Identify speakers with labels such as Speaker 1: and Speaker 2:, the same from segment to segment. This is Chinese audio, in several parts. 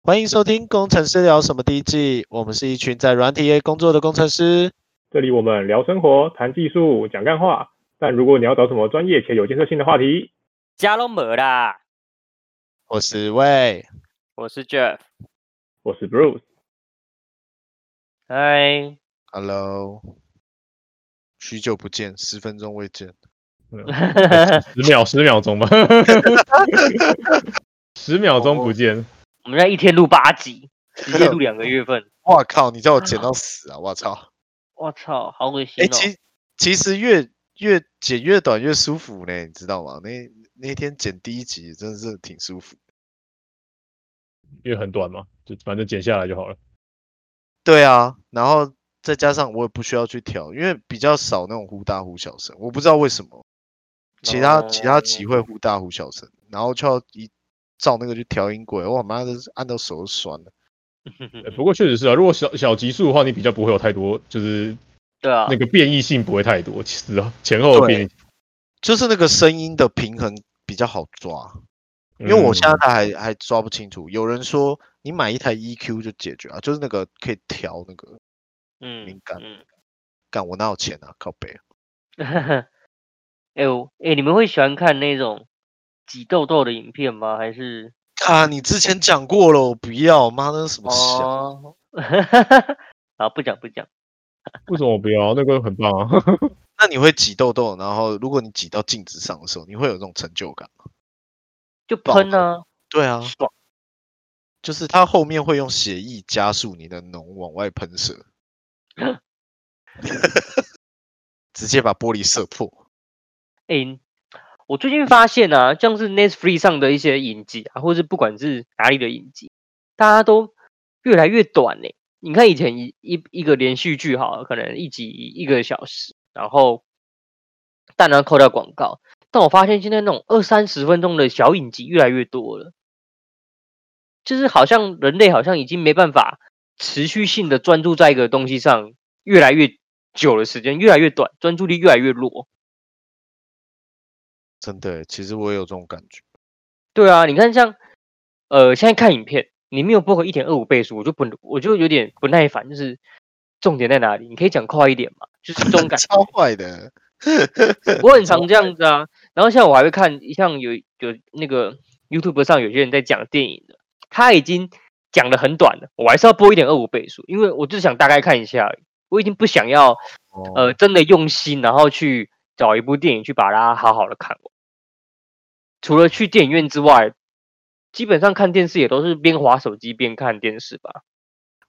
Speaker 1: 欢迎收听《工程师聊什么》第一季，我们是一群在软体业工作的工程师。
Speaker 2: 这里我们聊生活、谈技术、讲干话。但如果你要找什么专业且有建设性的话题，
Speaker 3: 家都没啦。
Speaker 1: 我是魏，
Speaker 3: 我是 Jeff，
Speaker 2: 我是 Bruce。
Speaker 3: 嗨，
Speaker 1: Hello，许久不见，十分钟未见。
Speaker 2: 十秒，十 秒钟吧，十秒钟不见。
Speaker 3: 我们要一天录八集，直接录两个月份。
Speaker 1: 哇靠！你叫我剪到死啊！我操！
Speaker 3: 我操，好恶心
Speaker 1: 哎、
Speaker 3: 哦！
Speaker 1: 其其实越越剪越短越舒服呢，你知道吗？那那天剪第一集真的是挺舒服。
Speaker 2: 因为很短嘛，就反正剪下来就好了。
Speaker 1: 对啊，然后再加上我也不需要去调，因为比较少那种忽大忽小声，我不知道为什么，其他、
Speaker 3: 哦
Speaker 1: 其他集会忽大忽小声，然后就要一照那个去调音轨，我妈的按到手都酸了。
Speaker 2: 呃不过确实是啊，如果小小集数的话，你比较不会有太多，就是
Speaker 3: 对啊
Speaker 2: 那，个变异性不会太多。其实啊，前后的变异，
Speaker 1: 就是那个声音的平衡比较好抓，因为我现
Speaker 3: 嗯
Speaker 1: 在还还抓不清楚。有人说你买一台 EQ 就解决啊，就是那个可以调那个，
Speaker 3: 嗯，
Speaker 1: 敏感
Speaker 3: 嗯，
Speaker 1: 干我哪有钱啊，靠背 啊。
Speaker 3: 哎、我 哎、你们会喜欢看那种挤痘痘的影片吗？还是
Speaker 1: 啊，你之前讲过了，我不要，妈那是什么小
Speaker 3: 哦？ 啊，不讲不讲，
Speaker 2: 嗯为什么我不要那个很棒 啊？
Speaker 1: 那你会挤痘痘，然后如果你挤到镜子上的时候，你会有那种成就感吗？
Speaker 3: 就
Speaker 1: 爆
Speaker 3: 喷
Speaker 1: 头
Speaker 3: 啊，
Speaker 1: 对啊，
Speaker 3: 爽。
Speaker 1: 就是它后面会用血液加速你的脓往外喷射， 直接把玻璃射破。
Speaker 3: 哎、我最近发现啊，像是 Netflix 上的一些影集啊，或是不管是哪里的影集，大家都越来越短嘞、你看以前一一一个连续剧好了，可能一集一个小时，然后当然扣掉广告。但我发现现在那种二三十分钟的小影集越来越多了，就是好像人类好像已经没办法持续性的专注在一个东西上越来越久的时间，越来越短，专注力越来越弱。
Speaker 1: 真的欸，其实我也有这种感觉。
Speaker 3: 对啊，你看像呃，现在看影片，你没有播个一点二五倍速，我就不我就有点不耐烦，就是重点在哪里？你可以讲快一点嘛，就是这种感
Speaker 1: 超坏的。
Speaker 3: 我很常这样子啊。然后像我还会看，像有有那个 YouTube 上有些人在讲电影的，他已经讲的很短了，我还是要播一点二五倍速，因为我就想大概看一下而已，我已经不想要
Speaker 1: 哦，
Speaker 3: 呃真的用心，然后去找一部电影去把它好好的看完。除了去电影院之外，基本上看电视也都是边划手机边看电视吧。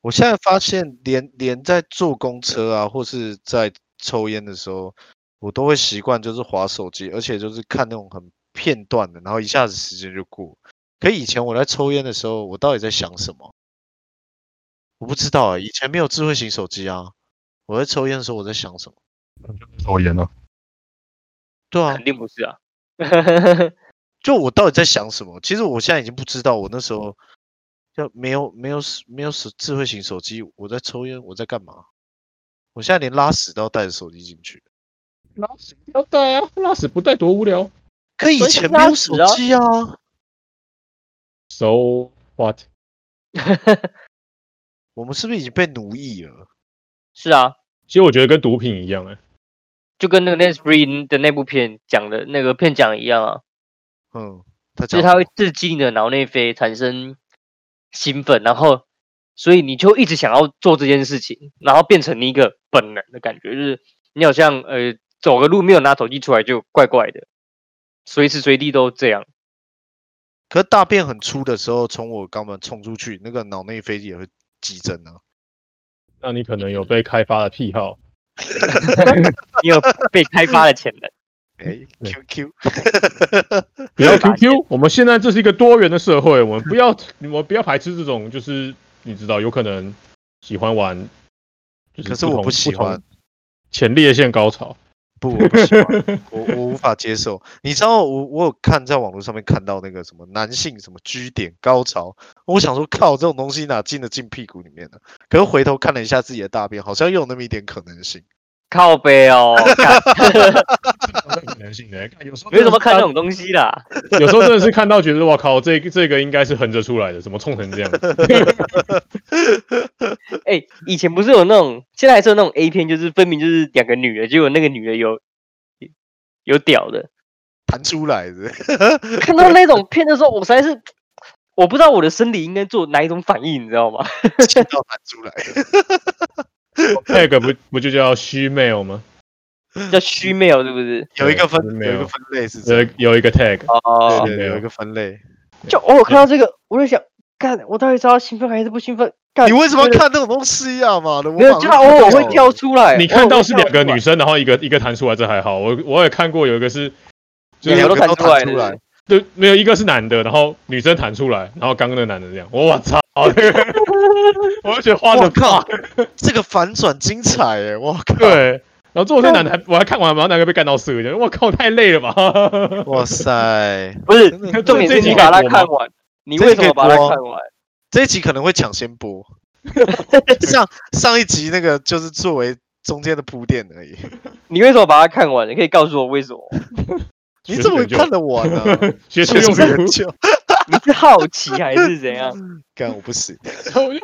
Speaker 1: 我现在发现连连在坐公车啊，或是在抽烟的时候，我都会习惯就是划手机，而且就是看那种很片段的，然后一下子时间就过。可以前我在抽烟的时候，我到底在想什么？我不知道啊、以前没有智慧型手机啊。我在抽烟的时候，我在想什么？
Speaker 2: 抽烟
Speaker 1: 啊
Speaker 2: 呢？
Speaker 1: 对啊
Speaker 3: 肯，定不是啊。
Speaker 1: 就我到底在想什么？其实我现在已经不知道，我那时候就没有没有没有手智慧型手机，我在抽烟，我在干嘛？我现在连拉屎都要带着手机进去，
Speaker 2: 拉屎要带啊，拉屎不带多无聊。
Speaker 1: 可以
Speaker 3: 所以
Speaker 1: 前
Speaker 3: 就
Speaker 1: 没
Speaker 3: 拉
Speaker 1: 有
Speaker 3: 屎
Speaker 1: 手
Speaker 3: 啊
Speaker 1: 机啊，
Speaker 2: So what？
Speaker 1: 我们是不是已经被奴役了？
Speaker 3: 是啊，
Speaker 2: 其实我觉得跟毒品一样哎、
Speaker 3: 就跟那个 Netflix 的那部片讲的那个片讲一样啊，
Speaker 1: 嗯，他讲
Speaker 3: 就是它会刺激你的脑内啡产生兴奋，然后所以你就一直想要做这件事情，然后变成你一个本能的感觉，就是你好像呃走个路没有拿手机出来就怪怪的，随时随地都这样。
Speaker 1: 可是大便很粗的时候，从我肛门冲出去，那个脑内啡也会激增啊。
Speaker 2: 那你可能有被开发的癖好。
Speaker 3: 你有被开发的潜能。
Speaker 1: 哎
Speaker 2: 对
Speaker 1: ，Q Q，
Speaker 2: 不要
Speaker 3: 发
Speaker 2: QQ，我们现在这是一个多元的社会，我们不要，我们不要排斥这种，就是你知道，有可能喜欢玩，就
Speaker 1: 可是
Speaker 2: 不
Speaker 1: 我
Speaker 2: 同
Speaker 1: 不喜欢，
Speaker 2: 同前列腺高潮。
Speaker 1: 不，我不喜欢，我我无法接受。你知道我我有看在网络上面看到那个什么男性什么 G 点高潮，我想说靠，这种东西哪进得进屁股里面呢？可是回头看了一下自己的大便，好像又有那么一点可能性。
Speaker 3: 靠背哦，干
Speaker 2: 这可能性的。看有时候
Speaker 3: 没什么看这
Speaker 2: 到，
Speaker 3: 种东西啦。
Speaker 2: 有时候真的是看到觉得哇靠，这个这个应该是横着出来的，怎么冲成这样？
Speaker 3: 哎、以前不是有那种，现在还是有那种 A 片，就是分明就是两个女的，结果那个女的有有屌的。
Speaker 1: 弹出来的，
Speaker 3: 看到那种片的时候，我实在是我不知道我的生理应该做哪一种反应，你知道吗？
Speaker 1: 气到弹出来。
Speaker 2: 那个不不就叫虚 mail 吗？
Speaker 3: 叫虚 mail 是不是？
Speaker 1: 有一个分
Speaker 2: 没
Speaker 1: 有一
Speaker 2: 有
Speaker 1: 个分类是这
Speaker 2: 有
Speaker 1: 样，
Speaker 2: 一有一个 tag，
Speaker 1: 对
Speaker 3: 哦，
Speaker 1: 对
Speaker 2: 没
Speaker 1: 对，有
Speaker 2: 有
Speaker 1: 一个分类。
Speaker 3: 就偶尔看到这个，我就想，干，我到底是要兴奋还是不兴奋？干，
Speaker 1: 你为什么要
Speaker 3: 这个？
Speaker 1: 看那种东西啊？妈的，我
Speaker 3: 没有，
Speaker 1: 马
Speaker 3: 就
Speaker 1: 上
Speaker 3: 是偶
Speaker 1: 就
Speaker 3: 尔会
Speaker 1: 跳
Speaker 3: 跳出来。
Speaker 2: 你
Speaker 3: 偶尔
Speaker 2: 看到
Speaker 3: 会
Speaker 2: 是
Speaker 3: 哎跳
Speaker 2: 两个
Speaker 3: 出来
Speaker 2: 女，生，然后一个一个弹出来，这还好。我我也看过有一个是，就是
Speaker 3: 两
Speaker 1: 两
Speaker 3: 个
Speaker 1: 个
Speaker 3: 都弹
Speaker 1: 都
Speaker 3: 出来
Speaker 1: 弹出
Speaker 3: 了
Speaker 1: 来，
Speaker 2: 对，没有一个是男的，然后女生弹出来，然后刚刚那男的这样，我操！ 我就觉得花
Speaker 1: 我
Speaker 2: 的
Speaker 1: 靠，这个反转精彩哎！我靠，
Speaker 2: 对。然后最后那男的还我还看完，然后男的被干到死，我觉得我靠太累了吧。
Speaker 1: 哇塞，
Speaker 3: 不是
Speaker 1: 真的
Speaker 3: 重点
Speaker 2: 这
Speaker 3: 是
Speaker 2: 一集
Speaker 3: 你
Speaker 2: 可以
Speaker 3: 把它
Speaker 2: 播吗
Speaker 3: 看完，你
Speaker 1: 这
Speaker 3: 为
Speaker 1: 一集
Speaker 3: 什
Speaker 1: 可以
Speaker 3: 么把它
Speaker 1: 播啊
Speaker 3: 看完？
Speaker 1: 这一集可能会抢先 播，像上一集那个就是作为中间的铺垫而已。
Speaker 3: 你为什么把它看完？你可以告诉我为什么？
Speaker 1: 你怎么
Speaker 2: 学术研究
Speaker 1: 看得完呢？
Speaker 2: 学术
Speaker 1: 这
Speaker 2: 用
Speaker 1: 是
Speaker 2: 途
Speaker 1: 研，究，
Speaker 3: 你是好奇还是怎样？
Speaker 1: 干我不行，
Speaker 2: 然后我就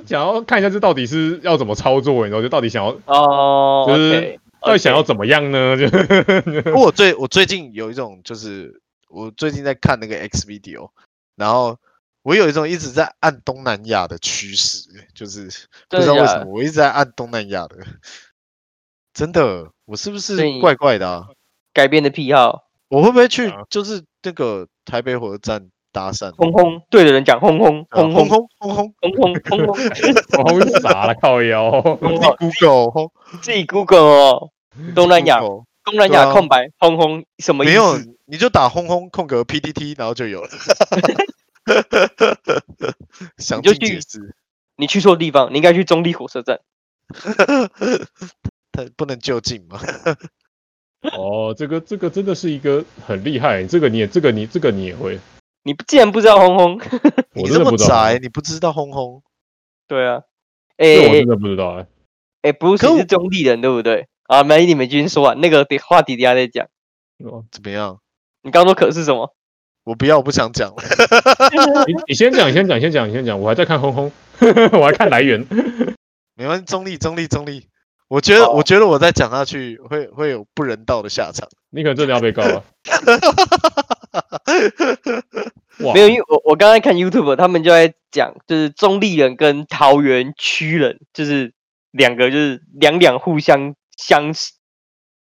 Speaker 2: 就想要看一下这到底是要怎么操作，你知道，就到底想要
Speaker 3: 哦，
Speaker 2: 就是
Speaker 3: OK，
Speaker 2: 到底想要怎么样呢？ 就
Speaker 1: 因为我最我最近有一种就是我最近在看那个 X video，然后我有一种一直在按东南亚的趋势，就是不知道为什么我一直在按东南亚的，真的，我是不
Speaker 3: 所以
Speaker 1: 是怪怪的啊？
Speaker 3: 改变的癖好，
Speaker 1: 我会不会去
Speaker 2: 啊
Speaker 1: 就是那个台北火车站搭讪？
Speaker 3: 轰轰，对的人讲轰轰
Speaker 1: 啊
Speaker 3: 轰
Speaker 1: 轰
Speaker 3: 轰
Speaker 1: 轰轰轰
Speaker 3: 轰轰轰轰，
Speaker 2: 我会傻了，靠 腰。
Speaker 3: 轰轰，
Speaker 1: ，Google 轰
Speaker 3: 自己 Google 哦，东南亚
Speaker 1: Google
Speaker 3: 东南
Speaker 1: 对
Speaker 3: 亚
Speaker 1: 啊
Speaker 3: 空白轰轰什么意
Speaker 1: 没有
Speaker 3: 思？，
Speaker 1: 你就打轰轰空格 PTT，然后就有了。 详
Speaker 3: 你就
Speaker 1: 尽解
Speaker 3: 去
Speaker 1: 释，
Speaker 3: 你去错地方，你应该去中立火车站。
Speaker 1: 它不能就近嘛？
Speaker 2: 哦，这个这个真的是一个很厉害，这个你也这个你这个你也会，
Speaker 3: 你既然不知道轰轰，
Speaker 1: 你
Speaker 2: 我真
Speaker 1: 这
Speaker 2: 的
Speaker 1: 么
Speaker 2: 不知道，
Speaker 1: 宅，你不知道轰轰？
Speaker 3: 对啊，
Speaker 2: 这我
Speaker 3: 哎
Speaker 2: 真的不知道哎。
Speaker 3: 哎，不是
Speaker 1: 可我
Speaker 3: 是中立人对不对？啊，没你们继续说完那个得话题，底下再讲。
Speaker 2: 哦
Speaker 1: 怎么样？
Speaker 3: 你刚说可是什么？
Speaker 1: 我不要，我不想讲了。
Speaker 2: 你你先讲，你先讲，你先讲，你先讲，我还在看轰轰，我还看来源。
Speaker 1: 没关系，中立，中立，中立。我觉得，我
Speaker 3: 哦
Speaker 1: 觉得我再讲下去会会有不人道的下场。
Speaker 2: 你可能真的要被告了。哇
Speaker 3: 没，有，因为我我刚才看 YouTube，他们就在讲，就是中立人跟桃园区人，就是两个就是两两互相相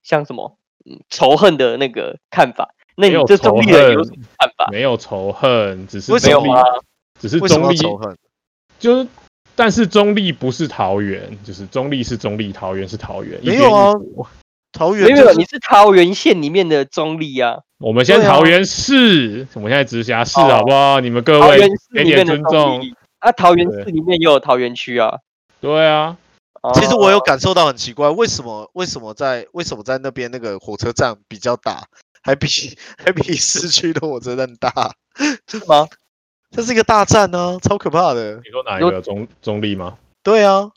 Speaker 3: 相什么，嗯，仇恨的那个看法。那
Speaker 2: 没
Speaker 3: 你
Speaker 2: 有
Speaker 3: 这中
Speaker 2: 仇
Speaker 3: 立人有
Speaker 2: 恨
Speaker 3: 什么看法？
Speaker 2: 没有仇恨，只是
Speaker 1: 为什
Speaker 3: 没有
Speaker 2: 中立
Speaker 1: 么，
Speaker 3: 吗？
Speaker 2: 只是
Speaker 1: 为
Speaker 3: 啊
Speaker 1: 什么
Speaker 2: 中
Speaker 1: 要
Speaker 2: 立，
Speaker 1: 仇恨？
Speaker 2: 就是但是中立不是桃园，就是中立是中立，桃园是桃园。一
Speaker 1: 没
Speaker 2: 边
Speaker 1: 有啊
Speaker 2: 一国，
Speaker 1: 桃园
Speaker 3: 没有，没
Speaker 1: 就
Speaker 3: 有，
Speaker 1: 是
Speaker 3: 你是桃园县里面的中立啊，
Speaker 2: 我们先
Speaker 1: 对啊
Speaker 2: 桃园市，我们现在直辖市
Speaker 3: 哦
Speaker 2: 好不好？你们各
Speaker 3: 桃
Speaker 2: 位
Speaker 3: 园市
Speaker 2: 给
Speaker 3: 里面
Speaker 2: 点
Speaker 3: 的
Speaker 2: 尊
Speaker 3: 中
Speaker 2: 重。
Speaker 3: 立啊，桃园
Speaker 2: 对
Speaker 3: 市里面也有桃园区啊。
Speaker 2: 对啊，
Speaker 1: 其实我有
Speaker 3: 哦
Speaker 1: 感受到很奇怪，为什么为什么在为什么在那边那个火车站比较大， 还比还比市区的火车站大？
Speaker 3: 是 吗？
Speaker 1: 这是一个大战呢、超可怕的。
Speaker 2: 你说哪一个中中立吗？
Speaker 1: 对啊，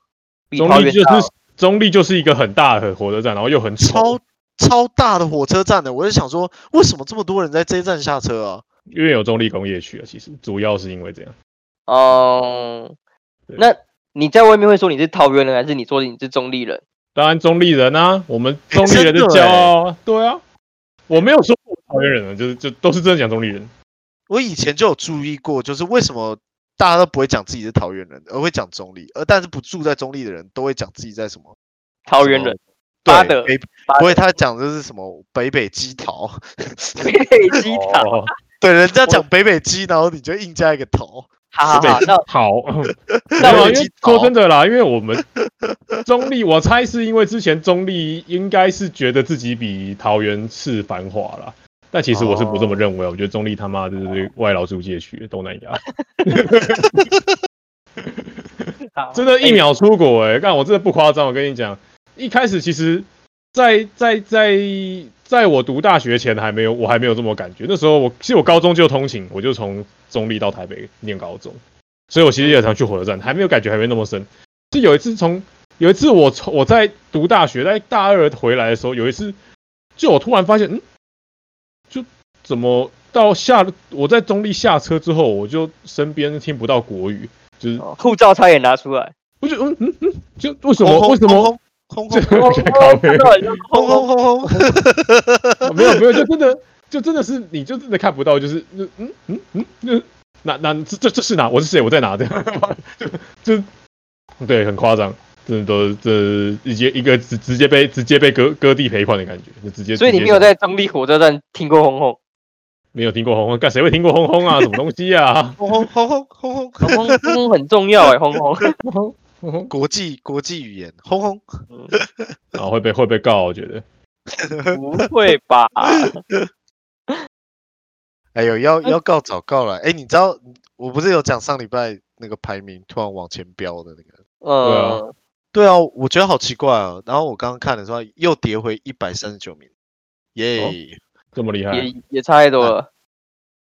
Speaker 3: 比
Speaker 2: 中
Speaker 3: 桃
Speaker 2: 立
Speaker 3: 园
Speaker 2: 就
Speaker 3: 大哦
Speaker 2: 是中立就是一个很大的火车站，然后又很丑
Speaker 1: 超，超大的火车站的，我就想说，为什么这么多人在这一站下车啊？
Speaker 2: 因为有中立工业区啊。其实主要是因为这样，
Speaker 3: 哦。
Speaker 2: 对
Speaker 3: 那你在外面会说你是桃园人，还是你说你是中立人？
Speaker 2: 当然中立人啊，我们中立人的
Speaker 1: 真的
Speaker 2: 骄傲啊。对啊，我没有说我讨厌人啊，就是就都是真的讲中立人。
Speaker 1: 我以前就有注意过，就是为什么大家都不会讲自己是桃园人，而会讲中立，而但是不住在中立的人都会讲自己在什么
Speaker 3: 桃园人，
Speaker 1: 对
Speaker 3: 巴德
Speaker 1: 北，
Speaker 3: 巴
Speaker 1: 不会他讲的是什么北北基桃。
Speaker 3: 北基桃，
Speaker 2: 哦，
Speaker 1: 对，人家讲北北基，然后你就硬加一个头，
Speaker 3: 好好
Speaker 2: 北
Speaker 3: 好，那
Speaker 2: 好，
Speaker 3: 那
Speaker 2: 没有
Speaker 3: 我
Speaker 2: 因为说真的啦，因为我们中立，我猜是因为之前中立应该是觉得自己比桃园市繁华啦。但其实我是不这么认为，我觉得中立他妈就是外劳租界区东南亚，
Speaker 3: 好
Speaker 2: 真的，一
Speaker 3: 哎
Speaker 2: 秒出国哎、欸！干，我真的不夸张，我跟你讲，一开始其实在，在在在我读大学前还没有，我还没有这么感觉。那时候我其实我高中就通勤，我就从中立到台北念高中，所以我其实也常去火车站，还没有感觉还没那么深。是有一次从有一次我从我在读大学，在大二回来的时候，有一次就我突然发现，嗯，就怎么到下我在中立下车之后，我就身边听不到国语，就是
Speaker 3: 哦护照差点拿出来，
Speaker 2: 我就嗯 嗯嗯，就为什
Speaker 1: 轰
Speaker 2: 么为什
Speaker 1: 哦
Speaker 2: 么？
Speaker 1: 轰
Speaker 2: 这
Speaker 1: 轰
Speaker 2: 个比较 靠背
Speaker 3: 真的很像
Speaker 1: 轰轰轰轰轰？
Speaker 2: 啊 没有没有，就真的就真的是你就真的看不到，就是嗯嗯嗯嗯，就哪哪这这这是哪？我是谁？我在哪？这样 就就对，很夸张，真的都这直接一个直直接被直接被割割地赔款的感觉，就直接。
Speaker 3: 所以你
Speaker 2: 直
Speaker 3: 没
Speaker 2: 接
Speaker 3: 有在中立火车站听过轰轰，
Speaker 2: 没有听过轰轰，干谁会听过轰轰啊？什么东西啊？
Speaker 1: 轰轰轰轰轰轰！
Speaker 3: 轰轰轰轰很重要哎，轰轰。
Speaker 2: 轰轰，
Speaker 1: 国际国际语言，轰轰！
Speaker 2: 啊会被会被告，我觉得。
Speaker 3: 不会 吧？
Speaker 1: 哎呦，要要告早告了。哎，你知道我不是有讲上礼拜那个排名突然往前飙的那个？
Speaker 3: 呃，
Speaker 1: 对啊，我觉得好奇怪哦。然后我刚刚看的时候又跌回一百三十九名，
Speaker 2: 哦
Speaker 1: 耶、
Speaker 2: 这么厉害，
Speaker 3: 也也差太多了。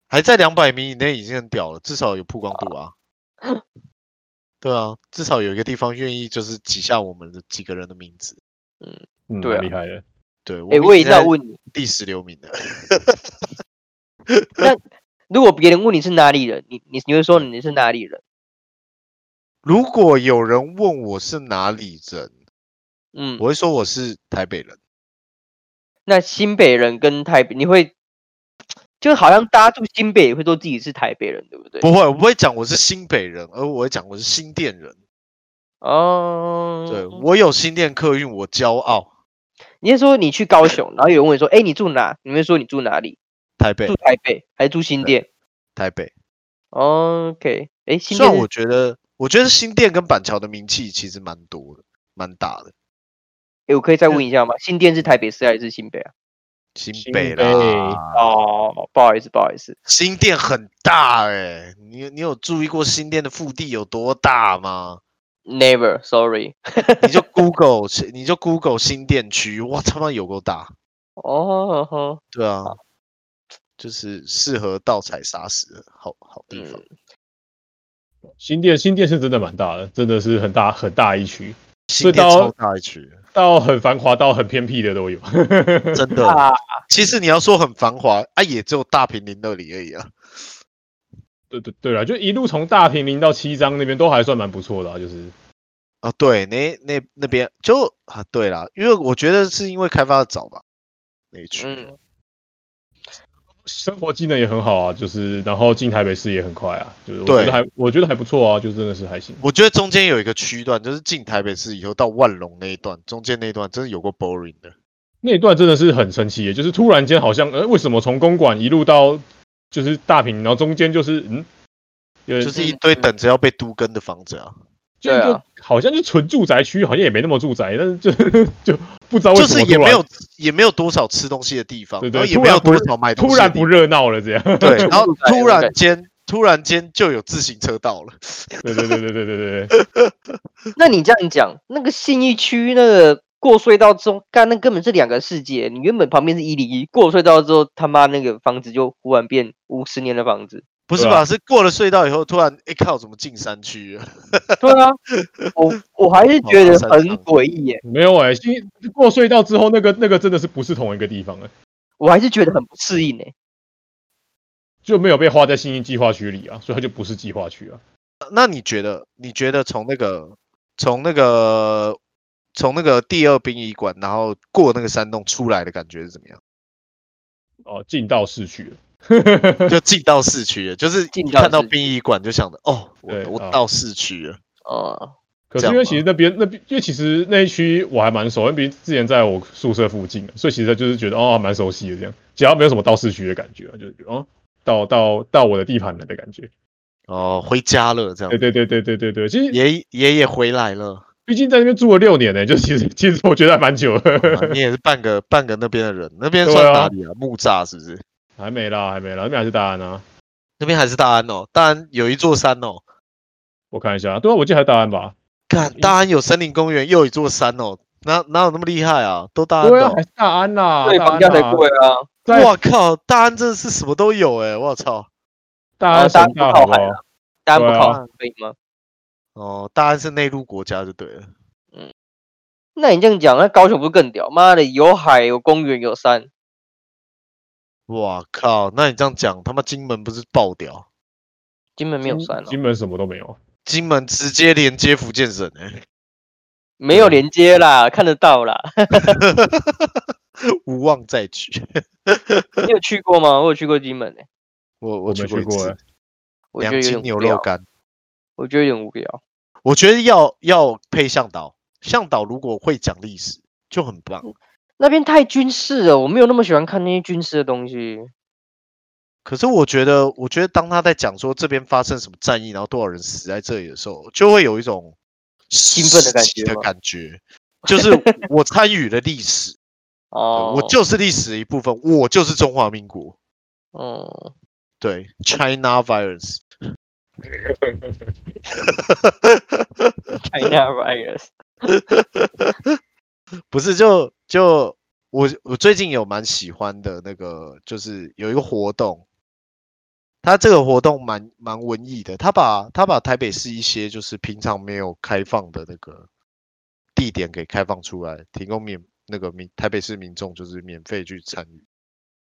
Speaker 1: 还在两百米以内已经很屌了，至少有曝光度啊。对啊，至少有一个地方愿意就是挤下我们的几个人的名字。
Speaker 2: 嗯，
Speaker 3: 对啊
Speaker 2: 蛮厉害的。
Speaker 1: 对，我
Speaker 3: 哎，
Speaker 1: 们
Speaker 3: 我
Speaker 1: 已
Speaker 3: 也
Speaker 1: 经
Speaker 3: 要
Speaker 1: 在
Speaker 3: 问你，
Speaker 1: 第十六名的。
Speaker 3: 如果别人问你是哪里人，你你你会说你是哪里人？
Speaker 1: 如果有人问我是哪里人，
Speaker 3: 嗯，
Speaker 1: 我会说我是台北人。
Speaker 3: 那新北人跟台北，你会就好像大家住新北也会说自己是台北人，对不对？
Speaker 1: 不会，我不会讲我是新北人，而我会讲我是新店人。
Speaker 3: 哦，
Speaker 1: 对我有新店客运，我骄傲。
Speaker 3: 你是说你去高雄，然后有人问你说，哎，你住哪？你会说你住哪里？
Speaker 1: 台北
Speaker 3: 住，台北还是住新店
Speaker 1: 台北。
Speaker 3: ？OK，哎，新
Speaker 1: 虽然
Speaker 3: 店
Speaker 1: 我
Speaker 3: 是
Speaker 1: 觉得，我觉得新店跟板桥的名气其实蛮多的，蛮大的。
Speaker 3: 诶我可以再问一下吗？新店是台北市还是新北啊？
Speaker 1: 新
Speaker 2: 新
Speaker 1: 北
Speaker 2: 北
Speaker 1: 啦，
Speaker 3: 哦，不好意思，不好意思，
Speaker 1: 新店很大哎、你你有注意过新店的腹地有多大 吗？
Speaker 3: Never，sorry。
Speaker 1: 你就 Google，你就 Google 新店区，哇他妈有够大，
Speaker 3: 哦吼，
Speaker 1: 对啊，就是适合盗采砂石的好好地
Speaker 3: 嗯
Speaker 1: 方。
Speaker 2: 新店新店是真的蛮大的，真的是很大很大一区，
Speaker 1: 新店
Speaker 2: 到
Speaker 1: 超大一区，
Speaker 2: 到很繁华到很偏僻的都有。
Speaker 1: 真的。
Speaker 3: 啊，
Speaker 1: 其实你要说很繁华啊，也只有大平林那里而已啊。
Speaker 2: 对对对了，就一路从大平林到七张那边都还算蛮不错的、啊，就是
Speaker 1: 啊，对，那那那边就啊，对啦，因为我觉得是因为开发的早吧，那一区。
Speaker 3: 嗯，
Speaker 2: 生活技能也很好啊，就是然后进台北市也很快啊，就是我
Speaker 1: 对
Speaker 2: 觉得还我觉得还不错啊，就真的是还行。
Speaker 1: 我觉得中间有一个区段，就是进台北市以后到万隆那一段，中间那一段真的有过 boring 的。
Speaker 2: 那一段真的是很神奇耶，就是突然间好像呃，为什么从公馆一路到就是大平，然后中间就是嗯，有
Speaker 1: 就是一
Speaker 3: 嗯
Speaker 1: 堆
Speaker 3: 嗯
Speaker 1: 等着要被都跟的房子啊，
Speaker 2: 就
Speaker 3: 对啊
Speaker 2: 就好像就纯住宅区，好像也没那么住宅，但是就就不知啊道为
Speaker 1: 就是
Speaker 2: 什么
Speaker 1: 也
Speaker 2: 突
Speaker 1: 没
Speaker 2: 然
Speaker 1: 有也没有多少吃东西的地方，
Speaker 2: 对
Speaker 1: 然后
Speaker 2: 对，
Speaker 1: 也
Speaker 2: 突
Speaker 1: 没有
Speaker 2: 然不
Speaker 1: 多少卖东
Speaker 2: 突
Speaker 1: 西
Speaker 2: 然
Speaker 1: 的
Speaker 2: 不
Speaker 1: 地
Speaker 2: 热闹了这样。
Speaker 1: 方，对，然后
Speaker 3: 突然
Speaker 1: 突
Speaker 3: 有
Speaker 1: 然
Speaker 3: 感
Speaker 1: 间突然间就有自行车道了，
Speaker 2: 对对对对对对对，
Speaker 3: 那你这样讲，那个信义区那个过隧道之后，干那根本是两个世界。你原本旁边是一零一，过隧道之后，他妈那个房子就忽然变五十年的房子。
Speaker 1: 不是
Speaker 2: 对
Speaker 1: 吧？
Speaker 2: 啊
Speaker 1: 是过了隧道以后，突然哎靠，怎么进山区了？
Speaker 3: 对啊，我我还是
Speaker 1: 好
Speaker 3: 觉得
Speaker 1: 山
Speaker 3: 很
Speaker 1: 上
Speaker 3: 诡异耶，
Speaker 2: 没有哎、新过隧道之后，那个那个真的是不是同一个地方哎、
Speaker 3: 我还是觉得很不适应哎。
Speaker 2: 就没有被划在新一计划区里啊，所以它就不是计划区啊。
Speaker 1: 那你觉得？你觉得从那个从那个从那个第二殡仪馆，然后过那个山洞出来的感觉是怎么样？
Speaker 2: 哦，进到市区了。
Speaker 1: 就进到市区了，就是
Speaker 3: 进
Speaker 1: 一
Speaker 3: 到
Speaker 1: 看到
Speaker 3: 市区
Speaker 1: 殡仪馆就想着哦，我
Speaker 2: 对
Speaker 1: 我
Speaker 2: 啊
Speaker 1: 到市区了。
Speaker 3: 哦，
Speaker 2: 可是因为其实那边那边，因为其实那一区我还蛮熟，因为毕竟之前在我宿舍附近，啊所以其实就是觉得哦蛮熟悉的这样，只要没有什么到市区的感觉啊，就是觉得哦到到到我的地盘了的感觉。
Speaker 1: 哦，回家了这样
Speaker 2: 对
Speaker 1: 子。
Speaker 2: 对对对对对对，其实
Speaker 1: 爷爷爷回来了、
Speaker 2: 毕竟在那边住了六年呢、就其实其实我觉得还蛮久
Speaker 1: 啊
Speaker 2: 的，
Speaker 1: 你也是半个半个那边的人，那边
Speaker 2: 对
Speaker 1: 算
Speaker 2: 啊
Speaker 1: 哪里啊？木栅是不是？
Speaker 2: 还没啦还没啦，那边还是大安啊，
Speaker 1: 那边还是大安哦，大安有一座山哦，
Speaker 2: 我看一下，对啊，我记得还是大安吧，
Speaker 1: 看
Speaker 2: 嗯
Speaker 1: 大安有森林公园，又有一座山哦，哪哪有那么厉害啊？都大安
Speaker 2: 对
Speaker 1: 的
Speaker 2: 啊
Speaker 1: 哦、
Speaker 2: 还是大安啦，
Speaker 3: 对，
Speaker 2: 大
Speaker 3: 房
Speaker 2: 安
Speaker 3: 价才
Speaker 2: 啦
Speaker 3: 贵啊，
Speaker 2: 在
Speaker 1: 我靠，大安真的是什么都有哎、我操！
Speaker 2: 大
Speaker 3: 然后
Speaker 2: 安
Speaker 3: 大
Speaker 2: 神
Speaker 3: 家不
Speaker 2: 大
Speaker 3: 靠
Speaker 2: 好不
Speaker 3: 海
Speaker 2: 好
Speaker 3: 啊？，大家不
Speaker 2: 对啊
Speaker 3: 靠海可以吗？
Speaker 1: 哦，大安是内陆国家就对了。
Speaker 3: 那你这样讲，那高雄不是更屌？妈的，有海，有公园，有山，
Speaker 1: 哇靠！那你这样讲，他妈金门不是爆屌？
Speaker 3: 金门没有山哦，
Speaker 2: 金门什么都没有，
Speaker 1: 金门直接连接福建省哎、
Speaker 3: 没有连接啦，看得到啦。
Speaker 1: 无望再举。
Speaker 3: 你有去过吗？我有去过金门诶、
Speaker 1: 我
Speaker 2: 我
Speaker 1: 我
Speaker 2: 没
Speaker 1: 过
Speaker 2: 去
Speaker 1: 一
Speaker 2: 过
Speaker 1: 次
Speaker 2: 欸，
Speaker 3: 我觉得
Speaker 1: 两
Speaker 3: 有
Speaker 1: 斤
Speaker 3: 点
Speaker 1: 牛
Speaker 3: 无
Speaker 1: 肉
Speaker 3: 聊，
Speaker 1: 干，
Speaker 3: 我觉得有点无聊。
Speaker 1: 我觉得要要配向导，向导如果会讲历史就很棒。
Speaker 3: 那边太军事了，我没有那么喜欢看那些军事的东西。
Speaker 1: 可是我觉得，我觉得当他在讲说这边发生什么战役，然后多少人死在这里的时候，就会有一种兴
Speaker 3: 奋的感觉
Speaker 1: 的
Speaker 3: 吗
Speaker 1: 感觉，就是我参与了历 史，对
Speaker 3: 哦，
Speaker 1: 我就是历史的一部分，我就是中华民国。
Speaker 3: 嗯，
Speaker 1: 对，China virus，
Speaker 3: China virus，
Speaker 1: 不是就就我我最近有蛮喜欢的那个，就是有一个活动，他这个活动蛮蛮文艺的，他把他把台北市一些就是平常没有开放的那个地点给开放出来，提供免那个民台北市民众就是免费去参与。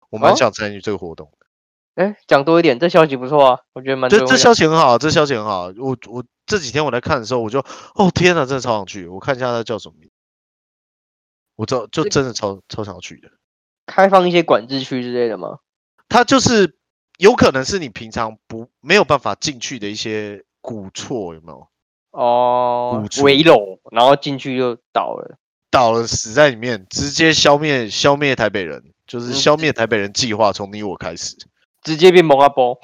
Speaker 1: 我蛮
Speaker 3: 哦
Speaker 1: 想参与这个活动，
Speaker 3: 哎，讲多一点，这消息不错啊，我觉得蛮
Speaker 1: 这
Speaker 3: 多
Speaker 1: 这
Speaker 3: 的。
Speaker 1: 消息很好，这消息很好。我我这几天我在看的时候，我就哦天哪，真的超想去！我看一下它叫什么名字，我知道就
Speaker 3: 这
Speaker 1: 真的超超想去的。
Speaker 3: 开放一些管制区之类的吗？
Speaker 1: 它就是有可能是你平常不没有办法进去的一些古厝，有没有？
Speaker 3: 哦
Speaker 1: 古，
Speaker 3: 围拢，然后进去就倒了。
Speaker 1: 倒了死在里面，直接消灭消灭台北人，就是
Speaker 3: 嗯
Speaker 1: 消灭台北人计划从你我开 始。
Speaker 3: 直接变蒙阿波，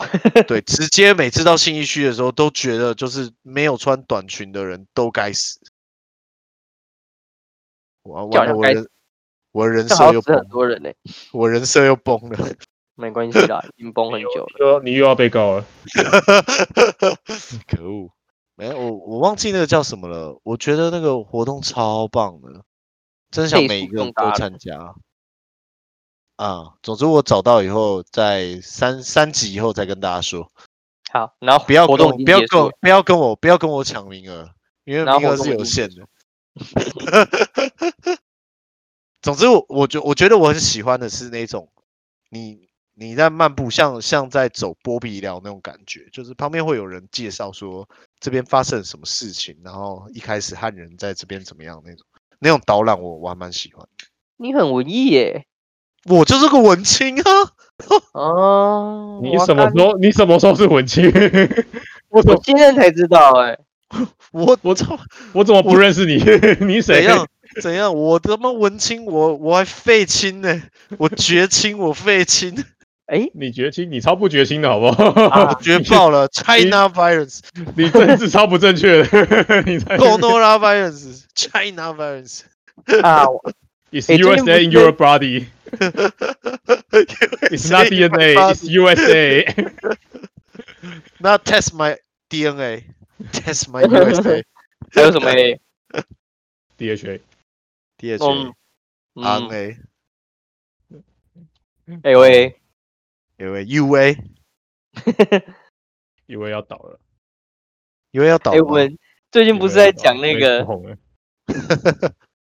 Speaker 1: 对，直接每次到信义区的时候，都觉得就是没有穿短裙的人都该死。我
Speaker 3: 叫
Speaker 1: 完了，
Speaker 3: 人
Speaker 1: 我
Speaker 3: 该
Speaker 1: 的我的人
Speaker 3: 这好
Speaker 1: 设又
Speaker 3: 像死
Speaker 1: 崩
Speaker 3: 很
Speaker 1: 了，
Speaker 3: 多人呢、
Speaker 1: 我人设又崩了。
Speaker 3: 没关系啦，已经崩很
Speaker 2: 你又
Speaker 3: 久了。
Speaker 2: 你又你又要被告了。
Speaker 1: 可恶！没有，我我忘记那个叫什么了。我觉得那个活动超棒的，真想
Speaker 3: 倍
Speaker 1: 每一
Speaker 3: 速
Speaker 1: 个
Speaker 3: 更
Speaker 1: 人
Speaker 3: 大
Speaker 1: 都
Speaker 3: 了
Speaker 1: 参加。啊，总之我找到以后，在三三集以后再跟大家说。
Speaker 3: 好，然后
Speaker 1: 不要
Speaker 3: 活
Speaker 1: 跟
Speaker 3: 动
Speaker 1: 我
Speaker 3: 已经
Speaker 1: 不要
Speaker 3: 结
Speaker 1: 跟
Speaker 3: 束
Speaker 1: 我
Speaker 3: 了，
Speaker 1: 不要跟我不要跟我抢名额，因为
Speaker 3: 然后
Speaker 1: 名
Speaker 3: 活
Speaker 1: 额
Speaker 3: 动
Speaker 1: 是
Speaker 3: 已
Speaker 1: 有
Speaker 3: 经
Speaker 1: 限的。 总之我，我觉我觉得我很喜欢的是那种，你你在漫步，像像在走波比寮那种感觉，就是旁边会有人介绍说这边发生了什么事情，然后一开始汉人在这边怎么样那种那种导览我，我还蛮喜欢。
Speaker 3: 你很文艺 耶、
Speaker 1: 我就是个文青啊！
Speaker 3: 哦，
Speaker 2: 你
Speaker 3: 我
Speaker 2: 什么
Speaker 3: 看
Speaker 2: 时候你什么时候是文青？ 我怎
Speaker 3: 我
Speaker 2: 么
Speaker 3: 今天才知道哎、
Speaker 1: 我我操，
Speaker 2: 我怎么不认识你？ 你
Speaker 1: 怎
Speaker 2: 谁？
Speaker 1: 样怎样？我他妈文青，我我还废青呢、我绝青，我废青，
Speaker 3: 哎、
Speaker 2: 你绝青，你超不绝青的好不好？
Speaker 3: 啊
Speaker 1: 绝爆 了！China virus。
Speaker 2: 你政治超不正确的， 你才
Speaker 1: Corona virus, China virus,
Speaker 3: 啊，
Speaker 2: It's
Speaker 3: 哎最近不
Speaker 2: USA
Speaker 3: 是
Speaker 2: in your body, it's not
Speaker 1: Say my
Speaker 2: DNA, it's
Speaker 1: body,
Speaker 2: USA.
Speaker 1: not test my DNA, test my USA,
Speaker 3: 还有什么 A？
Speaker 2: DHA，
Speaker 1: DHA,
Speaker 3: 嗯
Speaker 1: RNA,
Speaker 3: 嗯，A 哎 O A，
Speaker 1: UA, UA
Speaker 2: 以为要倒了。
Speaker 1: UA 要倒
Speaker 3: 哎，
Speaker 1: 了
Speaker 3: 我
Speaker 1: 吗？
Speaker 3: 们最近不是在讲那
Speaker 2: 没什么
Speaker 3: 个，
Speaker 2: 红了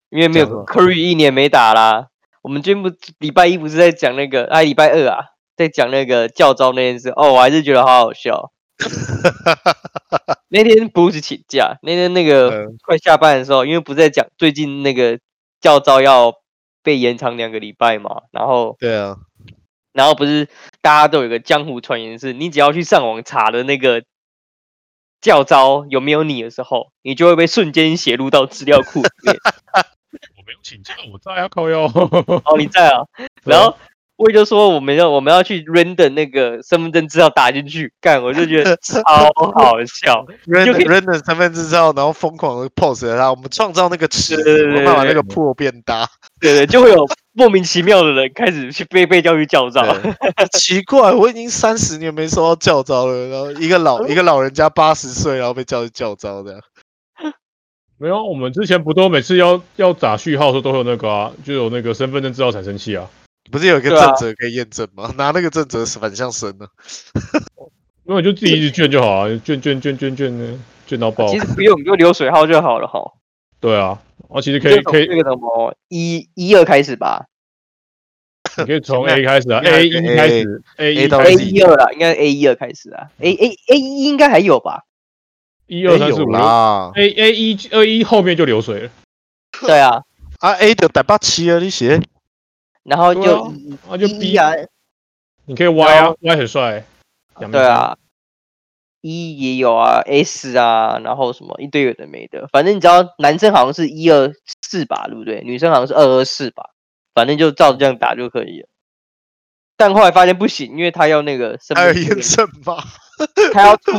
Speaker 3: 因为没
Speaker 1: 讲什么
Speaker 3: 有 Curry 一年没打啦。我们最近不礼拜一不是在讲那个，哎，礼拜二啊，在讲那个教招那件事。哦，我还是觉得好 好笑。那天不是请假，那天那个
Speaker 1: 嗯
Speaker 3: 快下班的时候，因为不是在讲最近那个教招要被延长两个礼拜嘛，然后
Speaker 1: 对 啊，
Speaker 3: 然后不是大家都有个江湖传言是，你只要去上网查的那个教招有没有你的时候，你就会被瞬间写入到资料库里 面。
Speaker 2: 我没有请假，我在啊，靠 腰。
Speaker 3: 哦，你在啊？
Speaker 2: 对
Speaker 3: 然后我就说我们要我们要去 render 那个身份证资料打进去，干，我就 觉得超好笑。就可以
Speaker 1: Random Random 三分之后，然后疯狂的 pose 了它，我们创造那个池
Speaker 3: 对对
Speaker 1: 子，我们
Speaker 3: 对
Speaker 1: 办法
Speaker 3: 对
Speaker 1: 那个破变大。
Speaker 3: 对对，就会有莫名其妙的人开始去被被教育教招。
Speaker 2: 哦
Speaker 1: 对奇怪，我已经三十年没收到教招了，然后一个
Speaker 3: 哦
Speaker 1: 老一个老人家八十岁，然后被叫去教招这样。
Speaker 2: 没有，我们之前不都每次要要打序号的时候都会有那个啊，就有那个身份证资料产生器啊。
Speaker 1: 不是有一个
Speaker 3: 对啊
Speaker 1: 正则可以验证吗？拿那个正则反向生呢？
Speaker 2: 那你就自己一直卷就好啊，卷卷卷卷卷呢，卷到爆
Speaker 3: 其。实不用，你就流水号就好了哈。
Speaker 2: 对啊，哦，其实可以可以
Speaker 3: 那个什么一一二开始吧
Speaker 2: 你可以从
Speaker 1: 前
Speaker 2: A 开始啊
Speaker 1: 前面
Speaker 2: ，A 一开始，A 哎一
Speaker 1: 到
Speaker 2: 开
Speaker 3: ，A
Speaker 1: 自
Speaker 2: 始
Speaker 1: 己
Speaker 3: 一二啦，应该 A 一二开始啊，A A A 一应该还有吧？
Speaker 2: 一二
Speaker 1: 也
Speaker 2: 三四
Speaker 1: 哎有
Speaker 2: 五
Speaker 3: 哎
Speaker 2: 六
Speaker 1: 啦，
Speaker 2: ，A A 一二一后面就流水了，
Speaker 3: 对啊，
Speaker 1: 啊 A 的打八七啊，你写
Speaker 3: 然后
Speaker 2: 对
Speaker 3: 就
Speaker 2: 啊啊就
Speaker 3: 一
Speaker 2: B，
Speaker 3: 啊，
Speaker 2: 你可以 Y 啊，Y 很帅，杨幂
Speaker 3: 对，啊，一也有啊，S 啊，然后什么一堆有的没的，反正你知道男生好像是一二四吧，对不对？女生好像是二二四吧，反正就照这样打就可以了。但后来发现不行，因为他要那个身
Speaker 1: 还有
Speaker 3: 份
Speaker 1: 验
Speaker 3: 证，
Speaker 1: 证码
Speaker 3: 他要出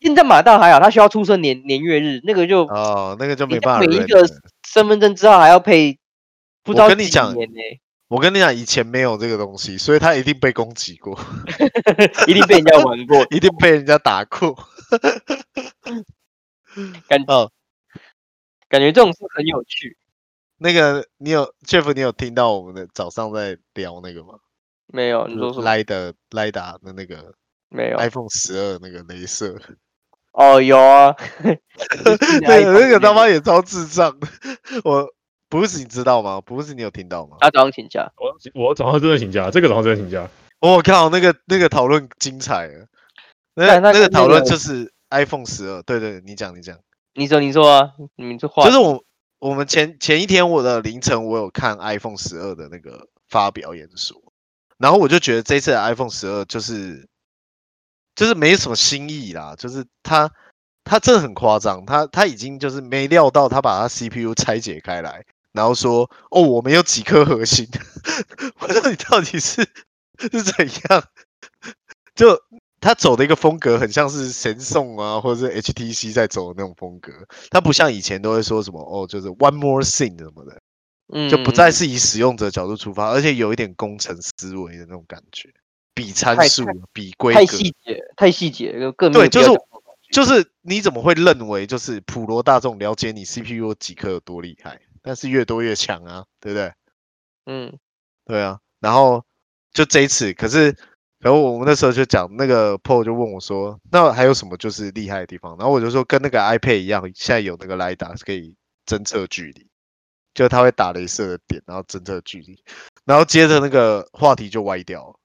Speaker 3: 验证码倒还好，他需要出生年年月日，那个就
Speaker 1: 哦，那个就
Speaker 3: 你
Speaker 1: 没
Speaker 3: 在
Speaker 1: 办法
Speaker 3: 每一
Speaker 1: render
Speaker 3: 个
Speaker 1: 了
Speaker 3: 身份证之后还要配，不知
Speaker 1: 我
Speaker 3: 道
Speaker 1: 跟你
Speaker 3: 几
Speaker 1: 讲
Speaker 3: 年呢、
Speaker 1: 我跟你讲，以前没有这个东西，所以他一定被攻击过，
Speaker 3: 一定被人家玩过，
Speaker 1: 一定被人家打过。
Speaker 3: 感
Speaker 1: 哦，
Speaker 3: 感觉这种事很有趣。
Speaker 1: 那个你有 Jeff，你有听到我们的早上在聊那个吗？
Speaker 3: 没有，你说什么？
Speaker 1: 莱的莱达的那个
Speaker 3: 没有。
Speaker 1: iPhone 十二那个镭射，
Speaker 3: 哦，有啊，
Speaker 1: 那个那个他妈
Speaker 3: 也，
Speaker 1: 也超智障的。我不是你知道吗？不是你有听到吗？
Speaker 3: 他早上请假，
Speaker 2: 我我早上真的请假，这个早上真的请假，
Speaker 1: 我、靠，那个那个讨论精彩了，那
Speaker 3: 干那
Speaker 1: 那个
Speaker 3: 跟那
Speaker 1: 讨论
Speaker 3: 个
Speaker 1: 就是 iPhone 十二，对对，你讲你讲。
Speaker 3: 你说你说啊，你们这话
Speaker 1: 就是我我们前前一天我的凌晨，我有看 iPhone 十二的那个发表演说，然后我就觉得这次的 iPhone 十二就是就是没什么新意啦，就是它它真的很夸张，它它已经就是没料到它把它 CPU 拆解开来，然后说哦我们有几颗核心， 我说你到底是是怎样？就他走的一个风格很像是神送啊，或者是 HTC 在走的那种风格，它不像以前都会说什么哦，就是 one more thing 什么的，就不再
Speaker 3: 嗯
Speaker 1: 是以使用者角度出发，而且有一点工程思维的那种感觉，比参
Speaker 3: 太
Speaker 1: 数啊
Speaker 3: 太、
Speaker 1: 比规
Speaker 3: 太
Speaker 1: 格，
Speaker 3: 细节，太细节，就更没
Speaker 1: 对
Speaker 3: 有必
Speaker 1: 就
Speaker 3: 要
Speaker 1: 是
Speaker 3: 讲
Speaker 1: 就是你怎么会认为就是普罗大众了解你 CPU 有几颗有多厉害？但是越多越强啊，对不对？
Speaker 3: 嗯，
Speaker 1: 对啊，然后就这一次，可是然后我们那时候就讲那个 Paul 就问我说，那还有什么就是厉害的地方？然后我就说跟那个 iPad 一样，现在有那个 LiDAR 是可以侦测距离，就它会打镭射的点，然后侦测距离，然后接着那个话题就歪掉了，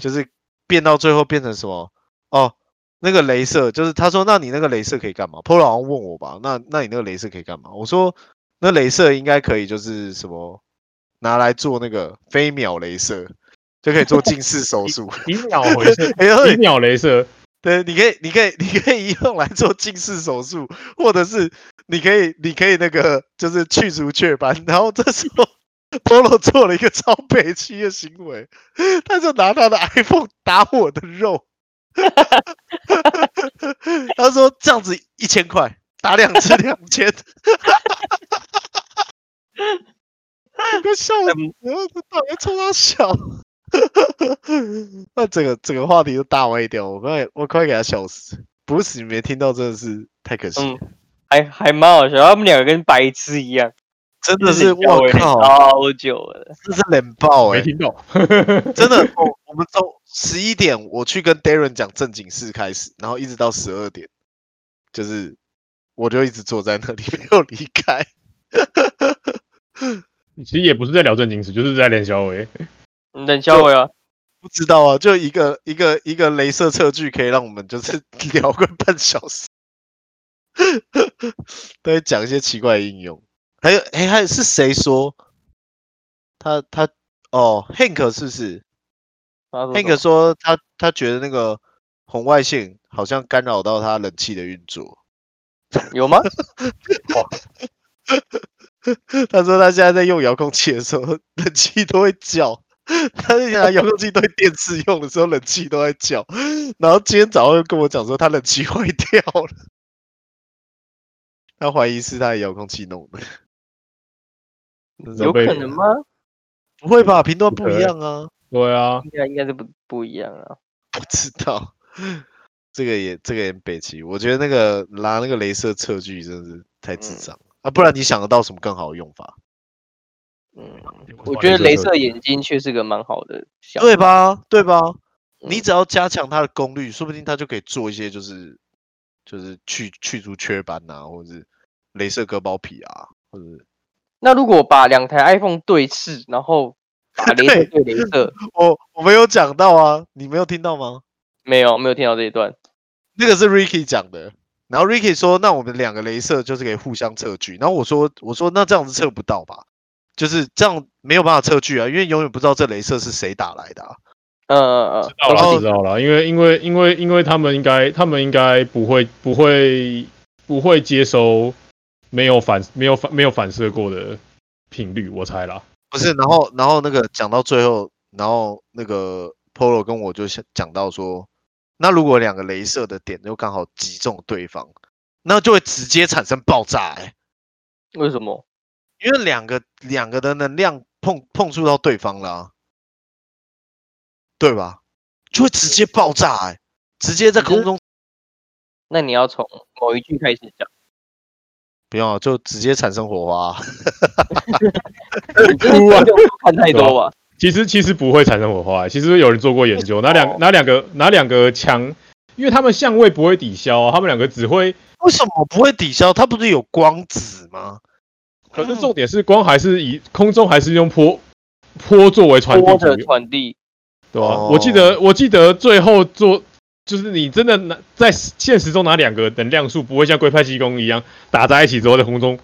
Speaker 1: 就是变到最后变成什么哦。那个镭射就是他说，那你那个镭射可以干嘛？Polo 好像问我吧，那那你那个镭射可以干嘛？我说那镭射应该可以，就是什么拿来做那个飞秒镭射，就可以做近视手术。
Speaker 2: 一秒回 射，
Speaker 1: 哎呦，
Speaker 2: 一秒镭射，
Speaker 1: 对，你可以，你可以， 你可以用来做近视手术，或者是你可以，你可以那个就是去除雀斑。然后这时候 Polo 做了一个超北区的行为，他就拿他的 iPhone 打我的肉， 他说这样子一千块，打两次两千。 我快笑死了！
Speaker 3: 嗯
Speaker 1: 这到底在冲他笑？ 那整个整个话题都大歪掉，我快我快给他笑死。不是你没听到，真的是太可
Speaker 2: 嗯
Speaker 1: 惜了，
Speaker 3: 还还蛮好笑，他们两个跟白痴一样，
Speaker 1: 真的
Speaker 3: 就是交
Speaker 1: 我
Speaker 3: 往
Speaker 1: 靠，
Speaker 3: 超久了，
Speaker 1: 这是冷爆哎、
Speaker 2: 啊没听到，
Speaker 1: 真的，我我们从十一点我去跟 Darren 讲正经事开始，然后一直到十二点，就是我就一直坐在那里没有离开。
Speaker 2: 其实也不是在聊正经事，就是在练小伟，
Speaker 3: 你等下我啊，
Speaker 1: 不知道啊，就一个一个一个镭射测距可以让我们就是 聊个半小时， 都在讲一些奇怪的应用。还有，哎、还有是谁说他他哦，Hank 是不是
Speaker 3: 他说什么
Speaker 1: ？Hank 说他他觉得那个红外线好像干扰到他冷气的运作。
Speaker 3: 有吗？
Speaker 1: 他说他现在在用遥控器的时候，冷气都会叫。他就拿遥控器对电视用的时候，冷气都在叫。然后今天早上又跟我讲说，他冷气坏掉了，他怀疑是他的遥控器弄的。真是
Speaker 3: 有
Speaker 2: 被
Speaker 3: 可能吗？
Speaker 1: 不会吧？频段不
Speaker 2: 可
Speaker 1: 一
Speaker 2: 能
Speaker 1: 样啊，
Speaker 2: 对啊，
Speaker 3: 应该应该是不不一样啊，
Speaker 1: 不知道。这个也这个也很北齐，我觉得那个拿那个镭射测距真是太智
Speaker 3: 嗯
Speaker 1: 障了、啊！不然你想得到什么更好的用法？
Speaker 3: 嗯，我觉得镭射眼睛却是个蛮好的想法，
Speaker 1: 对吧？对吧？你
Speaker 3: 嗯
Speaker 1: 只要加强它的功率，说不定它就可以做一些就是就是去去除雀斑啊，或者是镭射割包皮啊，或者
Speaker 4: 那如果把两台 iPhone 对视，然后 把镭射对镭射，
Speaker 1: 我我没有讲到啊，你没有听到吗？
Speaker 4: 没有没有听到这一段，
Speaker 1: 那个是 Ricky 讲的，然后 Ricky 说，那我们两个镭射就是可以互相测距，然后我说我说那这样子测不到吧，就是这样没有办法测距啊，因为永远不知道这镭射是谁打来的、啊。
Speaker 4: 嗯嗯嗯，
Speaker 2: 知道
Speaker 1: 后
Speaker 2: 了，知道了，因为因为因为因为他们应该他们应该不会不会不会接收没有反没有反没有反射过的频率，我猜啦。
Speaker 1: 不是，然后然后那个讲到最后，然后那个 Polo 跟我就想讲到说，那如果两个镭射的点就刚好击中对方，那就会直接产生爆炸、欸，
Speaker 4: 为什么？
Speaker 1: 因为两个两个的能量碰碰触到对方啦、对吧？就会直接爆炸、欸，直接在
Speaker 4: 你就是
Speaker 1: 空中
Speaker 4: 那你要从某一句开始 讲，
Speaker 1: 不要啊就直接产生火花啊、
Speaker 4: 你真的
Speaker 1: 啊
Speaker 4: 观众都看太多 吧？
Speaker 2: 其实其实不会产生火花、其实有人做过研究，哪两哪两个哪两个强，因为他们相位不会抵消、啊，他们两个只会。
Speaker 1: 为什么不会抵消？它不是有光子吗？
Speaker 2: 可是重点是光还是以空中还是用波波作为传递
Speaker 4: 波
Speaker 2: 主
Speaker 4: 的
Speaker 2: 流
Speaker 4: 传递，
Speaker 2: 对吧、
Speaker 1: 哦
Speaker 2: 我记得我记得最后做就是你真的拿在现实中拿两个能量数不会像龟派气功一样打在一起之后在空中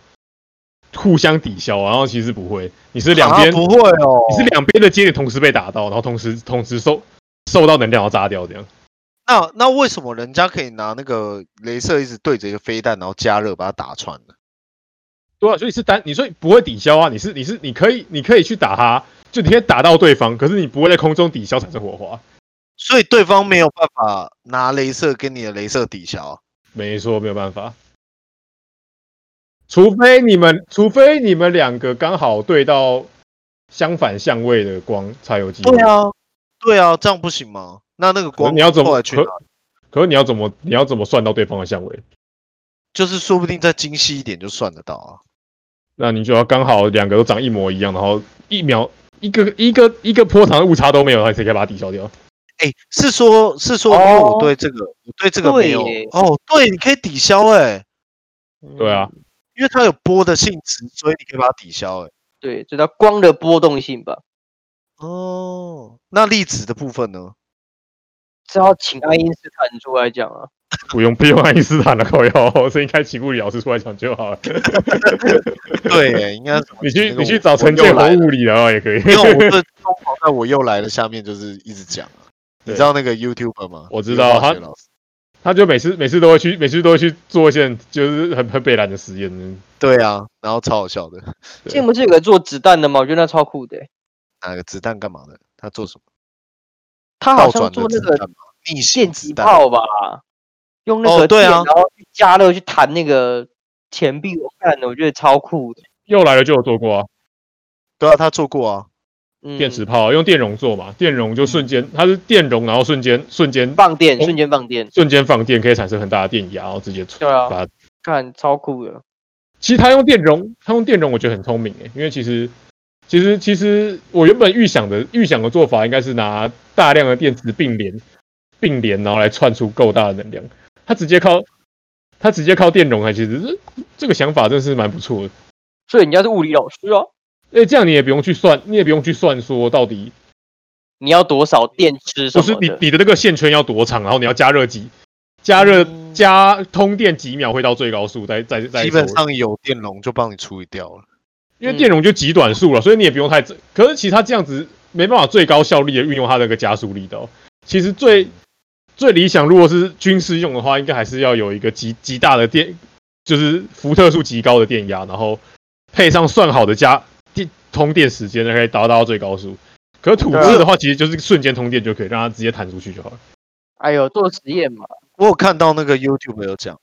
Speaker 2: 互相抵消，然后其实不会，你是两边、
Speaker 1: 啊不会哦，
Speaker 2: 你是两边的接点同时被打到，然后同时同时受受到能量要炸掉这样。
Speaker 1: 那那为什么人家可以拿那个镭射一直对着一个飞弹，然后加热把它打穿呢？
Speaker 2: 对啊，所以是单，你所以不会抵消啊，你是你是你可以你可以去打他，就你可以打到对方，可是你不会在空中抵消产生火花。
Speaker 1: 所以对方没有办法拿镭射跟你的镭射抵消。啊
Speaker 2: 没错，没有办法。除非你们，除非你们两个刚好对到相反相位的光，才有机会。
Speaker 1: 啊，对啊，这样不行吗？那那个
Speaker 2: 可是
Speaker 1: 光
Speaker 2: 你要怎
Speaker 1: 后
Speaker 2: 么
Speaker 1: 来去哪
Speaker 2: 可？？可是你要怎么？你要怎么算到对方的相位？
Speaker 1: 就是说不定再精细一点就算得到啊。
Speaker 2: 那你就要刚好两个都长一模一样，然后一秒一个一个一个波长的误差都没有，才可以把它抵消掉。
Speaker 1: 哎，是说，是说，因为我
Speaker 4: 哦
Speaker 1: 对这个，我对这个
Speaker 4: 对
Speaker 1: 没有
Speaker 4: 耶
Speaker 1: 哦，对，你可以抵消哎、
Speaker 2: 对啊，
Speaker 1: 因为它有波的性质，所以你可以把它抵消哎、
Speaker 4: 对，这叫光的波动性吧？
Speaker 1: 哦，那粒子的部分 呢？
Speaker 4: 这要请爱因斯坦出来讲啊。
Speaker 2: 不用不用爱因斯坦的口药，哦所以应该请物理老师出来讲就好了。
Speaker 1: 对、哎应该是
Speaker 2: 你去
Speaker 1: 那个
Speaker 2: 你去
Speaker 1: 我
Speaker 2: 找
Speaker 1: 我
Speaker 2: 陈
Speaker 1: 又
Speaker 2: 建
Speaker 1: 来
Speaker 2: 宏物理的话也可以。
Speaker 1: 因为我 是疯狂在我又来了下面就是一直讲啊，你
Speaker 2: 对
Speaker 1: 知道那个 YouTuber 吗？
Speaker 2: 我知道
Speaker 1: 刘浩
Speaker 2: 他
Speaker 1: 杰老师。
Speaker 2: 他就每次每次都会去，每次都会去做一些很就是很很北蓝的实验。嗯
Speaker 1: 对啊，然后超好笑的，
Speaker 4: 之
Speaker 2: 对
Speaker 4: 前不是有个做子弹的吗？我觉得那超酷的欸、
Speaker 1: 拿个子弹干嘛的？他做什么？
Speaker 4: 他
Speaker 1: 倒
Speaker 4: 好像
Speaker 1: 转
Speaker 4: 做
Speaker 1: 的
Speaker 4: 那
Speaker 1: 子
Speaker 4: 个
Speaker 1: 弹吗？逆
Speaker 4: 电
Speaker 1: 行
Speaker 4: 击
Speaker 1: 子弹？
Speaker 4: 炮吧，用那
Speaker 1: 哦
Speaker 4: 个
Speaker 1: 对
Speaker 4: 电
Speaker 1: 啊
Speaker 4: 然后去加热去弹那个钱币，我看了我觉得超酷的。
Speaker 2: 又来了就有做过啊，
Speaker 1: 对啊，他做过啊。
Speaker 4: 嗯，
Speaker 2: 电磁炮用电容做嘛，电容就瞬间它是电容，然后瞬间瞬间
Speaker 4: 放电，
Speaker 2: 哦
Speaker 4: 瞬间放电，
Speaker 2: 瞬间放电，可以产生很大的电压，然后直接出
Speaker 4: 对啊
Speaker 2: 把它。
Speaker 4: 看超酷的。
Speaker 2: 其实他用电容，他用电容我觉得很聪明诶，因为其实其实其实我原本预想的预想的做法应该是拿大量的电池并联并联，然后来串出够大的能量。他直接靠他直接靠电容，还其实是这个想法真是蛮不错的。
Speaker 4: 所以人家是物理老师哦，
Speaker 2: 哎、这样你也不用去算，你也不用去算说到底
Speaker 4: 你要多少电池什
Speaker 2: 不是
Speaker 4: 么
Speaker 2: 你
Speaker 4: 的？
Speaker 2: 你的那个线圈要多长，然后你要加热几加热、
Speaker 1: 嗯
Speaker 2: 加通电几秒会到最高速，再再再
Speaker 1: 基本
Speaker 2: 收
Speaker 1: 上有电容就帮你处理掉了。
Speaker 2: 因为电容就极短速了，所以你也不用太。可是其实它这样子没办法最高效率的运用它那个加速力的哦、其实
Speaker 1: 嗯
Speaker 2: 最最理想，如果是军事用的话，应该还是要有一个极极大的电，就是伏特数极高的电压，然后配上算好的加电通电时间，可以达到最高速。可是土
Speaker 1: 啊
Speaker 2: 制的话，其实就是瞬间通电就可以，让它直接弹出去就好了。
Speaker 4: 哎呦，做实验嘛，
Speaker 1: 我有看到那个 YouTube 有讲，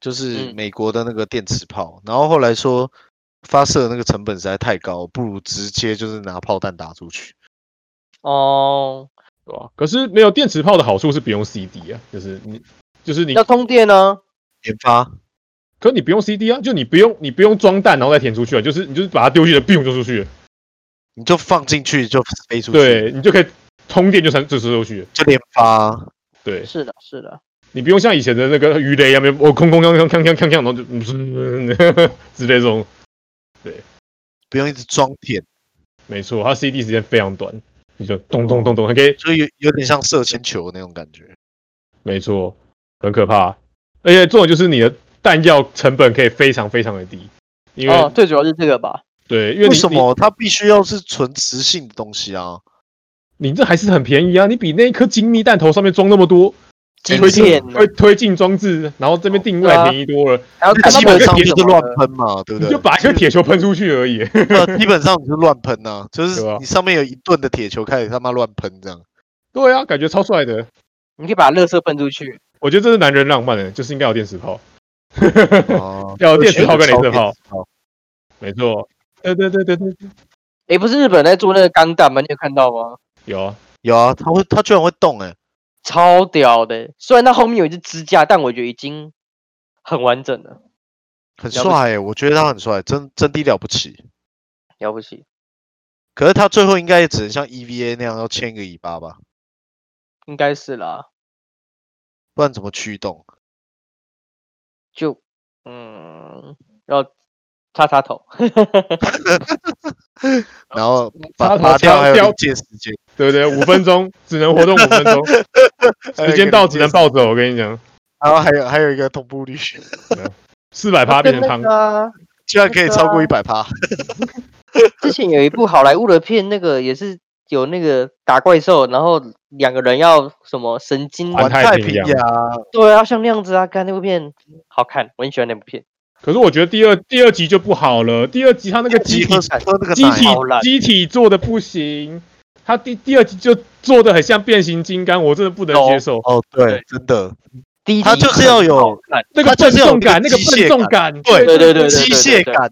Speaker 1: 就是
Speaker 4: 嗯
Speaker 1: 美国的那个电磁炮，然后后来说发射的那个成本实在太高，不如直接就是拿炮弹打出去。
Speaker 4: 哦，
Speaker 2: 对吧、可是没有电磁炮的好处是不用 CD 啊，就是你就是你
Speaker 4: 要，通电呢、
Speaker 1: 研发
Speaker 2: 可你不用 CD 啊，就你不用你不用装弹然后再填出去啊，就是你就是把它丢进去了，biu 就出去了，
Speaker 1: 你就放进去就飞出去，
Speaker 2: 对你就可以通电就成就出去了，
Speaker 1: 就连发啊。
Speaker 2: 对，
Speaker 3: 哦
Speaker 4: 是的，是的，
Speaker 2: 你不用像以前的那个鱼雷一样，啊没有我空空空空空空空，然后就 之类这种。
Speaker 1: 不用一直装填，
Speaker 2: 没错，它 CD 时间非常短，你就咚咚咚咚，还可以
Speaker 1: 所以有有点像射铅球那种感觉。
Speaker 2: 没错，很可怕。而且重点就是你的弹药成本可以非常非常的低，因为、
Speaker 3: 哦，最主要是这个吧。
Speaker 2: 对，因为
Speaker 1: 为
Speaker 2: 你
Speaker 1: 什么它必须要是纯磁性的东西啊？
Speaker 2: 你你这还是很便宜啊？你比那一颗精密弹头上面装那么多
Speaker 3: 晶
Speaker 2: 推
Speaker 3: 片
Speaker 2: 进，推推进装置，然后这边定位
Speaker 3: 对啊
Speaker 2: 便宜多了，
Speaker 3: 还有
Speaker 1: 那基本上就是乱
Speaker 3: 喷。
Speaker 1: 喷嘛，对不啊
Speaker 2: 你
Speaker 1: 对？
Speaker 2: 就把一个铁球喷出去而已。
Speaker 1: 呃，基本上你就乱喷呐，就是
Speaker 2: 对啊
Speaker 1: 你上面有一吨的铁球开始他妈乱喷 这样。
Speaker 2: 对啊，感觉超帅的。
Speaker 3: 你可以把垃圾喷出去，
Speaker 2: 我觉得这是男人浪漫的，就是应该有电 磁炮。
Speaker 1: 哦
Speaker 2: 要有电磁炮
Speaker 1: 我
Speaker 2: 跟
Speaker 1: 觉
Speaker 2: 镭
Speaker 1: 得
Speaker 2: 射
Speaker 1: 超
Speaker 2: 炮
Speaker 1: 电，磁炮，
Speaker 2: 没错。对对对对对，对
Speaker 3: 诶，不是日本在做那个钢弹吗？你有看到吗？
Speaker 2: 有啊，
Speaker 1: 有啊，它会它居然会动哎、
Speaker 3: 超屌的。虽然它后面有一只支架，但我觉得已经很完整了，
Speaker 1: 很
Speaker 3: 了不
Speaker 1: 帅哎、我觉得他很帅，真真的了不起。
Speaker 3: 了不起，
Speaker 1: 可是他最后应该也只能像 EVA 那样要牵一个尾巴吧，
Speaker 3: 应该是啦。
Speaker 1: 不然怎么驱动？
Speaker 3: 就嗯，要擦擦头，
Speaker 1: 然后
Speaker 2: 插
Speaker 1: 拔
Speaker 2: 头
Speaker 1: 拔掉
Speaker 2: 插
Speaker 1: 还有
Speaker 2: 掉
Speaker 1: 临界时间，
Speaker 2: 对对，五分 钟只能活动五分钟，
Speaker 1: 哎
Speaker 2: 时间到只能暴走。我跟你讲，
Speaker 1: 然后还有还有一个同步率，居
Speaker 2: 四百趴变成汤
Speaker 3: 跟那。个啊。
Speaker 1: 然可以超
Speaker 2: 啊
Speaker 1: 过一百趴。
Speaker 3: 之前有一部好莱坞的片，那个也是有那个打怪兽，然后两个人要什么神经，
Speaker 2: 环
Speaker 1: 环
Speaker 2: 太
Speaker 1: 太
Speaker 2: 平
Speaker 1: 平
Speaker 2: 洋
Speaker 1: 洋，
Speaker 3: 对啊，像那样子啊。看那部片好看，我很喜欢那部片。
Speaker 2: 可是我觉得第二第二集就不好了，第二集他那个集
Speaker 1: 集
Speaker 2: 体
Speaker 1: 合喝那个
Speaker 2: 机体
Speaker 1: 奶，
Speaker 3: 好烂
Speaker 2: 机体做的不行，他第第二集就做的很像变形金刚，我真的不能接受。
Speaker 1: 哦，对，真的
Speaker 3: 第一
Speaker 1: 它
Speaker 3: 集
Speaker 1: 就是
Speaker 3: 很
Speaker 1: 要有
Speaker 3: 好看，
Speaker 2: 那个
Speaker 1: 它就
Speaker 2: 笨
Speaker 1: 是有
Speaker 2: 重感，那
Speaker 1: 那
Speaker 2: 个
Speaker 1: 个机
Speaker 2: 笨
Speaker 1: 械
Speaker 2: 重感，
Speaker 1: 对
Speaker 3: 对对对对
Speaker 1: 机械感，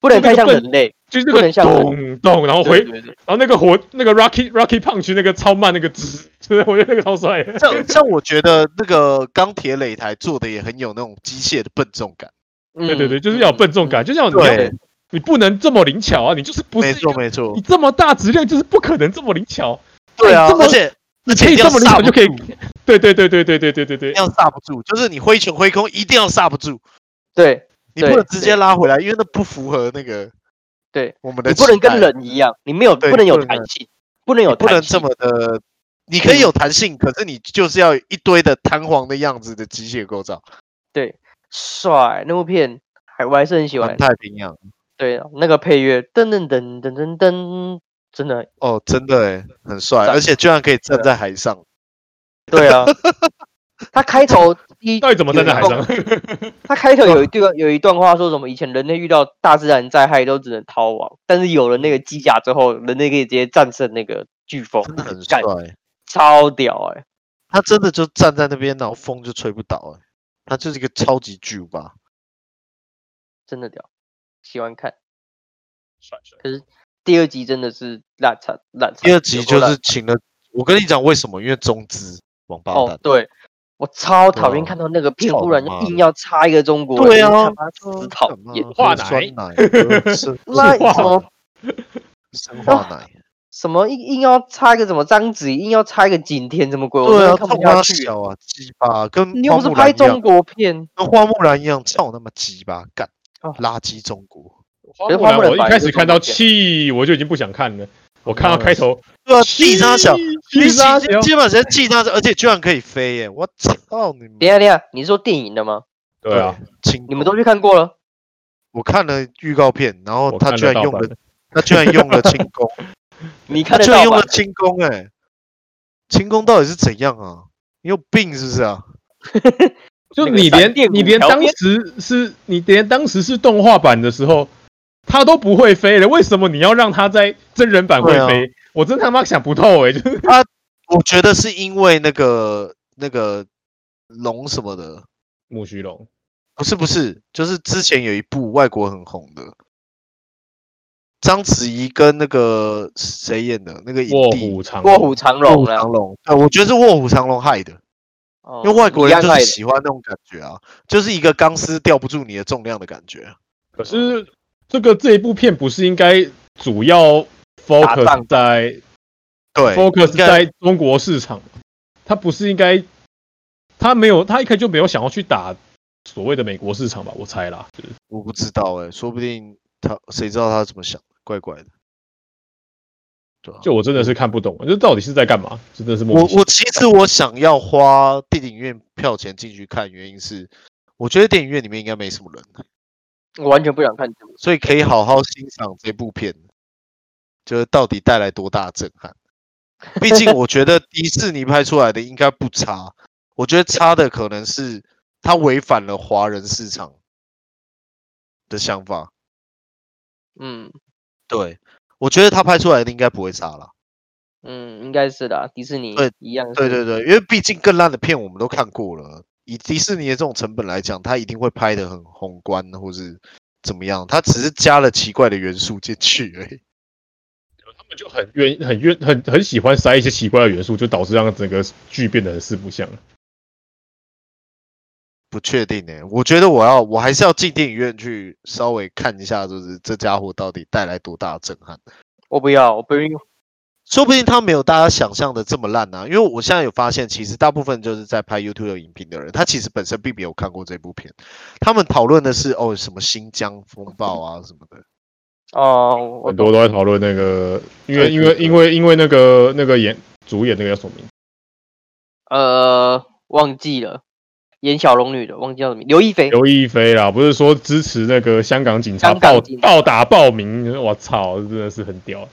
Speaker 3: 不能
Speaker 2: 那
Speaker 3: 太
Speaker 2: 个
Speaker 3: 像
Speaker 2: 笨
Speaker 3: 人类。
Speaker 2: 就是那
Speaker 3: 不
Speaker 2: 个
Speaker 3: 能像
Speaker 2: 咚咚，然后回
Speaker 3: 对，对对
Speaker 2: 然后那个火，那个 Rocky Rocky Punch 那个超慢那个吱，就是 我觉得那个超帅的。
Speaker 1: 像像我觉得那个钢铁擂台做的也很有那种机械的笨重感。
Speaker 3: 嗯
Speaker 2: 对对对，就是要有笨重感，就像你要
Speaker 1: 对，
Speaker 2: 你不能这么灵巧啊，你就是不是
Speaker 1: 没
Speaker 2: 一
Speaker 1: 错
Speaker 2: 个
Speaker 1: 没错
Speaker 2: 你，这么大质量就是不可能这么灵巧，
Speaker 1: 对啊
Speaker 2: 这，么
Speaker 1: 而且
Speaker 2: 你
Speaker 1: 而
Speaker 2: 可
Speaker 1: 且
Speaker 2: 以
Speaker 1: 一定
Speaker 2: 这
Speaker 1: 要
Speaker 2: 么灵巧
Speaker 1: 刹
Speaker 2: 就
Speaker 1: 不
Speaker 2: 可以
Speaker 1: 住，，
Speaker 2: 对对对对对对对对对
Speaker 1: 一定，要刹不住，就是你挥拳挥空一定要刹不住，
Speaker 3: 对，
Speaker 1: 你不
Speaker 3: 对
Speaker 1: 能直接拉回来，因为那不符合那个
Speaker 3: 对
Speaker 1: 我们的
Speaker 3: 你
Speaker 1: 期待，
Speaker 3: 不能跟人一样，你没有
Speaker 1: 对
Speaker 3: 不能有
Speaker 1: 不能
Speaker 3: 弹性，不能有
Speaker 1: 不能
Speaker 3: 弹
Speaker 1: 这
Speaker 3: 性。
Speaker 1: 么的。你可以有弹性，可是你就是要有一堆的弹簧的样子的机械构造。
Speaker 3: 帅，那部片还我还是很喜欢
Speaker 1: 环。太平洋
Speaker 3: 对，那个配乐噔噔噔噔噔噔，真的
Speaker 1: 哦，真的哎，很帅，
Speaker 3: 赞
Speaker 1: 而且居然可以站
Speaker 3: 对啊
Speaker 1: 在海上。
Speaker 3: 对啊。他开头 一
Speaker 2: 到底怎么站在海上？
Speaker 3: 他开头有一段有一段话说什么？以前人类遇到大自然灾害都只能逃亡，但是有了那个机甲之后，人类可以直接战胜那个飓风，
Speaker 1: 真的很帅
Speaker 3: 干，超屌哎、
Speaker 1: 他真的就站在那边，然后风就吹不倒、欸，他就是一个超级巨无霸。
Speaker 3: 真的屌，喜欢看。
Speaker 2: 帅帅
Speaker 3: 第二集真的是烂惨烂惨，
Speaker 1: 第二集
Speaker 3: 有够
Speaker 1: 就
Speaker 3: 烂
Speaker 1: 是请了，我跟你讲为什么？因为中资王八
Speaker 3: 哦
Speaker 1: 蛋，，
Speaker 3: 对，我超
Speaker 1: 对
Speaker 3: 讨厌
Speaker 1: 啊
Speaker 3: 看到那个片
Speaker 1: 操
Speaker 3: 忽
Speaker 1: 他
Speaker 3: 然
Speaker 1: 妈
Speaker 3: 硬
Speaker 1: 的
Speaker 3: 要插一个中国
Speaker 1: 对
Speaker 3: 人，
Speaker 1: 啊
Speaker 3: 他妈真讨厌。
Speaker 2: 化
Speaker 1: 化
Speaker 2: 奶
Speaker 1: 奶， 喝生生
Speaker 3: 那什
Speaker 1: 化
Speaker 3: 么
Speaker 1: 生化奶，
Speaker 3: 什么硬硬要插一个什么章子怡，硬要插一个景天，什么鬼？我
Speaker 1: 对
Speaker 3: 真
Speaker 1: 啊，
Speaker 3: 的看
Speaker 1: 冲
Speaker 3: 不下
Speaker 1: 他
Speaker 3: 去。
Speaker 1: 小啊，鸡巴，跟
Speaker 3: 你又
Speaker 1: 花
Speaker 3: 不是
Speaker 1: 木
Speaker 3: 拍
Speaker 1: 兰一样
Speaker 3: 中，国片，
Speaker 1: 跟花木兰一样，操那么鸡巴，干
Speaker 3: 哦
Speaker 1: 垃圾中国。
Speaker 2: 花
Speaker 3: 可是
Speaker 2: 木
Speaker 3: 花
Speaker 2: 兰，
Speaker 3: 木兰
Speaker 2: 我一
Speaker 3: 本来
Speaker 2: 开
Speaker 3: 就
Speaker 2: 始
Speaker 3: 是
Speaker 2: 看
Speaker 3: 中
Speaker 2: 到
Speaker 3: 间
Speaker 2: 气，我就已经不想看了。我看到开头，
Speaker 1: 对啊，气他小，
Speaker 2: 气
Speaker 1: 你
Speaker 2: 气他小
Speaker 1: 基，基本上气他小，而且居然可以飞耶！我操你
Speaker 3: 等一
Speaker 1: 们！
Speaker 3: 下等一下，你是说电影的吗？
Speaker 2: 对啊，，
Speaker 1: 请
Speaker 3: 你们都去看过了？
Speaker 1: 我看了预告片，然后
Speaker 2: 我
Speaker 1: 哦他
Speaker 2: 看
Speaker 1: 居
Speaker 2: 了
Speaker 1: 然
Speaker 2: 盗
Speaker 1: 用
Speaker 2: 版
Speaker 1: 了，他居然用了轻功，
Speaker 3: 你
Speaker 1: 他
Speaker 3: 看得
Speaker 1: 居然
Speaker 3: 到
Speaker 1: 用
Speaker 3: 吧
Speaker 1: 了？轻功、哎，轻功到底是怎样啊？你有病是不是啊？
Speaker 2: 就
Speaker 3: 那个
Speaker 2: 你
Speaker 3: 闪
Speaker 2: 连
Speaker 3: 电
Speaker 2: 你
Speaker 3: 骨
Speaker 2: 连
Speaker 3: 条
Speaker 2: 当
Speaker 3: 边
Speaker 2: 时是你连当时是动画版的时候，他都不会飞了，为什么你要让他在真人版会
Speaker 1: 对啊
Speaker 2: 飞？我真他妈想不透哎、就是
Speaker 1: 我觉得是因为那个那个龙什么的，
Speaker 2: 木须龙，
Speaker 1: 不是不是，就是之前有一部外国很红的，章子怡跟那个谁演的那个影
Speaker 2: 卧
Speaker 1: 帝
Speaker 2: 虎藏
Speaker 3: 卧虎藏龙
Speaker 1: 卧虎
Speaker 3: 啦
Speaker 1: 藏，龙，对，我觉得是卧虎藏龙害的，
Speaker 3: 哦
Speaker 1: 因为外国
Speaker 3: 一
Speaker 1: 人
Speaker 3: 样
Speaker 1: 就
Speaker 3: 爱
Speaker 1: 是
Speaker 3: 的
Speaker 1: 喜欢那种感觉啊，就是一个钢丝吊不住你的重量的感觉啊。
Speaker 2: 可是这个这一部片不是应该主要
Speaker 3: 打仗
Speaker 2: focus 在
Speaker 1: 对
Speaker 2: focus
Speaker 1: 应该
Speaker 2: 在中国市场吗，它不是应该，他没有，他一开始就没有想要去打所谓的美国市场吧？我猜啦，就是
Speaker 1: 我不知道哎、说不定他谁知道他怎么想的，怪怪的。对啊
Speaker 2: 就我真的是看不懂，这到底是在干嘛？真的是莫
Speaker 1: 我我其实我想要花电影院票钱进去看，原因是我觉得电影院里面应该没什么人，
Speaker 3: 我完全不想看这部。
Speaker 1: 所以可以好好欣赏这部片，就是到底带来多大的震撼。毕竟我觉得迪士尼拍出来的应该不差，我觉得差的可能是它违反了华人市场的想法。
Speaker 3: 嗯
Speaker 1: 对，我觉得他拍出来的应该不会差啦。
Speaker 3: 嗯，应该是的，迪士尼
Speaker 1: 对
Speaker 3: 一样。
Speaker 1: 对对，对，因为毕竟更烂的片我们都看过了，以迪士尼的这种成本来讲，它一定会拍的很宏观，或是怎么样，它只是加了奇怪的元素进去而已。
Speaker 2: 他们就很愿很愿很很喜欢塞一些奇怪的元素，就导致让整个剧变得很四不像。
Speaker 1: 不确定呢、我觉得我要我还是要进电影院去稍微看一下，就是这家伙到底带来多大的震撼。
Speaker 3: 我不要，我不用。
Speaker 1: 说不定他没有大家想象的这么烂呢、啊因为我现在有发现，其实大部分就是在拍 YouTube 的影评的人，他其实本身并没有看过这部片，他们讨论的是哦什么新疆风暴啊什么的，
Speaker 3: 哦，我
Speaker 2: 很多都在讨论那个，因为
Speaker 1: 对
Speaker 2: 因为
Speaker 1: 对
Speaker 2: 因为因为那个那个演主演那个叫什么名字？
Speaker 3: 呃忘记了，演小龙女的忘记叫什么，刘亦菲。
Speaker 2: 刘亦菲啦，不是说支持那个香港警察
Speaker 3: 香港
Speaker 2: 暴
Speaker 3: 警察
Speaker 2: 暴打暴民？我操，真的是很屌！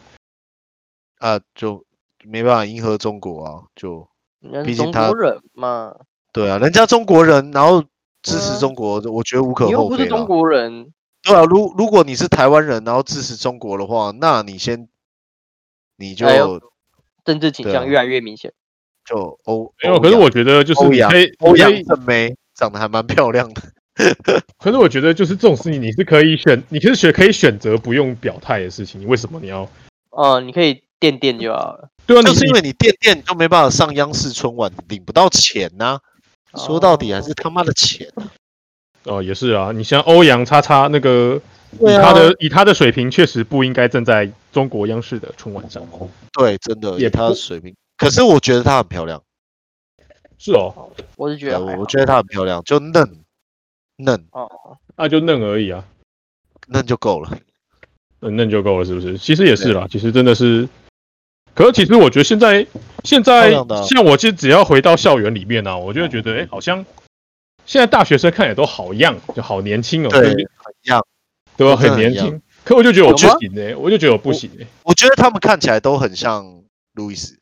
Speaker 1: 啊，就没办法迎合中国啊，就
Speaker 3: 人
Speaker 1: 毕竟
Speaker 3: 中
Speaker 1: 她
Speaker 3: 国人嘛，
Speaker 1: 对啊，人家中国人，然后支
Speaker 3: 对
Speaker 1: 持
Speaker 3: 啊
Speaker 1: 中国，我觉得无可
Speaker 3: 你又
Speaker 1: 厚
Speaker 3: 不
Speaker 1: 非
Speaker 3: 是中
Speaker 1: 啦。
Speaker 3: 国人，
Speaker 1: 对啊，如如果你是台湾人，然后支持中国的话，那你先你就、
Speaker 3: 哎呦政治倾
Speaker 1: 对
Speaker 3: 向
Speaker 1: 啊
Speaker 3: 越来越明显。
Speaker 1: 就欧
Speaker 2: 没有，可是我觉得就是
Speaker 1: 欧
Speaker 2: 你
Speaker 1: 阳
Speaker 2: 可以，
Speaker 1: 欧
Speaker 2: 你
Speaker 1: 阳
Speaker 2: 可以，
Speaker 1: 正梅长得还蛮漂亮的，
Speaker 2: 可是我觉得就是这种事情，你是可以选，你可以选可以选择不用表态的事情，你为什么你要？
Speaker 3: 哦，你可以垫垫就好了。
Speaker 2: 对啊，你
Speaker 1: 就是因
Speaker 2: 你
Speaker 1: 为你垫垫你就没办法上央视春晚，领不到钱呐、说到底还是他妈的钱。
Speaker 2: 哦，也是啊，你像欧阳叉叉那个，
Speaker 1: 啊
Speaker 2: 以他的以他的水平，确实不应该站在中国央视的春晚上。
Speaker 1: 哦对，真的
Speaker 2: 也
Speaker 1: 以他的
Speaker 2: 不
Speaker 1: 水平。可是我觉得她很漂亮，
Speaker 2: 是哦，
Speaker 3: 我是觉
Speaker 1: 对，
Speaker 3: 得啊还
Speaker 1: 我
Speaker 3: 好
Speaker 1: 我觉得她很漂亮，就嫩嫩
Speaker 3: 哦，
Speaker 2: 那就嫩而已啊，
Speaker 1: 嫩就够了。
Speaker 2: 嗯，嫩就够了，是不是？其实也是啦，其实真的是。可是其实我觉得现在现在
Speaker 1: 漂亮的啊嗯
Speaker 2: 像我，其实只要回到校园里面呢、啊，我就会觉得，哎、好像现在大学生看起来都好样，就好年轻哦，
Speaker 1: 对
Speaker 2: 就，
Speaker 1: 很样。
Speaker 2: 对吧？
Speaker 1: 真的
Speaker 2: 很年
Speaker 1: 很
Speaker 2: 轻。可我就觉得我不
Speaker 1: 有吗
Speaker 2: 行哎、我就觉得我不行哎、
Speaker 1: 我觉得他们看起来都很像路易斯，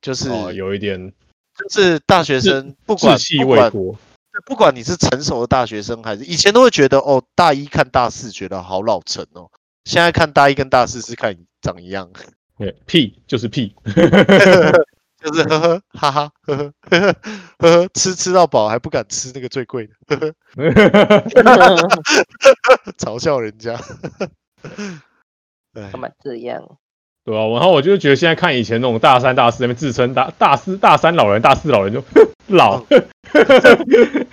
Speaker 1: 就是、
Speaker 2: 哦，有一点
Speaker 1: 就是大学生，不
Speaker 2: 稚
Speaker 1: 管
Speaker 2: 气
Speaker 1: 不
Speaker 2: 未
Speaker 1: 管
Speaker 2: 脱。
Speaker 1: 不管你是成熟的大学生还是以前都会觉得哦，大一看大四觉得好老成哦，现在看大一跟大四是看长一样，
Speaker 2: 对，屁就是屁，
Speaker 1: 就是呵呵哈哈呵呵呵呵呵呵吃吃到饱还不敢吃那个最贵的，呵 呵嘲笑人家。 哎
Speaker 3: 干，嘛这样？
Speaker 2: 对啊，然后我就觉得现在看以前那种大三、大四那边自称大大四、大三老人、大四老人就 老，
Speaker 1: 嗯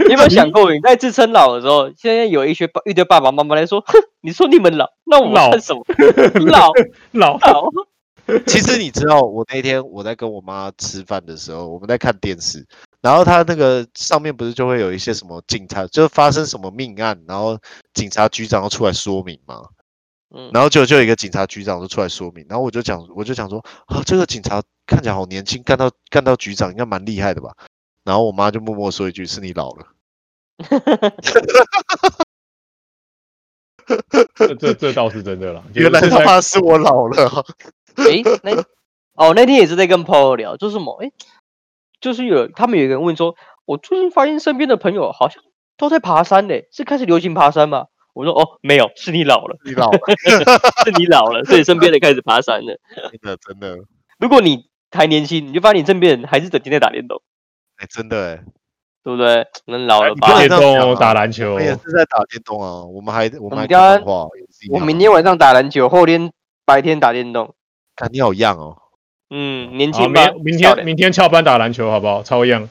Speaker 3: 你有没有想过，你在自称老的时候，现在有一些爸一堆爸爸妈妈来说，哼，你说你们老，那我
Speaker 2: 老
Speaker 3: 算什么？老
Speaker 2: 老
Speaker 3: 老，
Speaker 1: 其实你知道，我那天我在跟我妈吃饭的时候，我们在看电视，然后她那个上面不是就会有一些什么警察，就是发生什么命案，然后警察局长要出来说明嘛，
Speaker 3: 嗯，
Speaker 1: 然后就就有一个警察局长就出来说明，然后我就讲，我就讲说啊，这个警察看起来好年轻，干到干到局长应该蛮厉害的吧？然后我妈就默默说一句：“是你老了。
Speaker 2: 这这这倒是真的啦。”
Speaker 1: 原来
Speaker 2: 就是
Speaker 1: 他
Speaker 2: 现在
Speaker 1: 妈是我老了啊，
Speaker 3: 诶，那哦，那天也是在跟朋友聊，就是什么，诶，就是有他们有一个人问说，我最近发现身边的朋友好像都在爬山嘞，是开始流行爬山吗？我说哦，没有，是你老了，
Speaker 1: 你老了，
Speaker 3: 是你老了， 所以身边的开始爬山了。
Speaker 1: 真的真的，
Speaker 3: 如果你还年轻，你就发现你身边人还是整天在打电动，
Speaker 1: 哎、真的哎、
Speaker 3: 对不对？那老
Speaker 1: 哎
Speaker 3: 了
Speaker 1: 你不
Speaker 3: 吧
Speaker 2: 打
Speaker 1: 能？
Speaker 2: 电
Speaker 1: 这样讲
Speaker 2: 动、
Speaker 1: 啊
Speaker 2: 打篮球
Speaker 1: 我，们也是在打电动啊，我们还我
Speaker 3: 我
Speaker 1: 们还
Speaker 3: 们家
Speaker 1: 看动画，也是一
Speaker 3: 我
Speaker 1: 样
Speaker 3: 明
Speaker 1: 啊
Speaker 3: 天晚上打篮球，后天白天打电动。
Speaker 1: 看你好样哦，
Speaker 3: 嗯，年
Speaker 1: 啊
Speaker 2: 好，
Speaker 3: 轻
Speaker 2: 明
Speaker 3: 吧？
Speaker 2: 天明
Speaker 3: 少
Speaker 2: 天
Speaker 3: 年
Speaker 2: 明天翘班打篮球好不好？超样，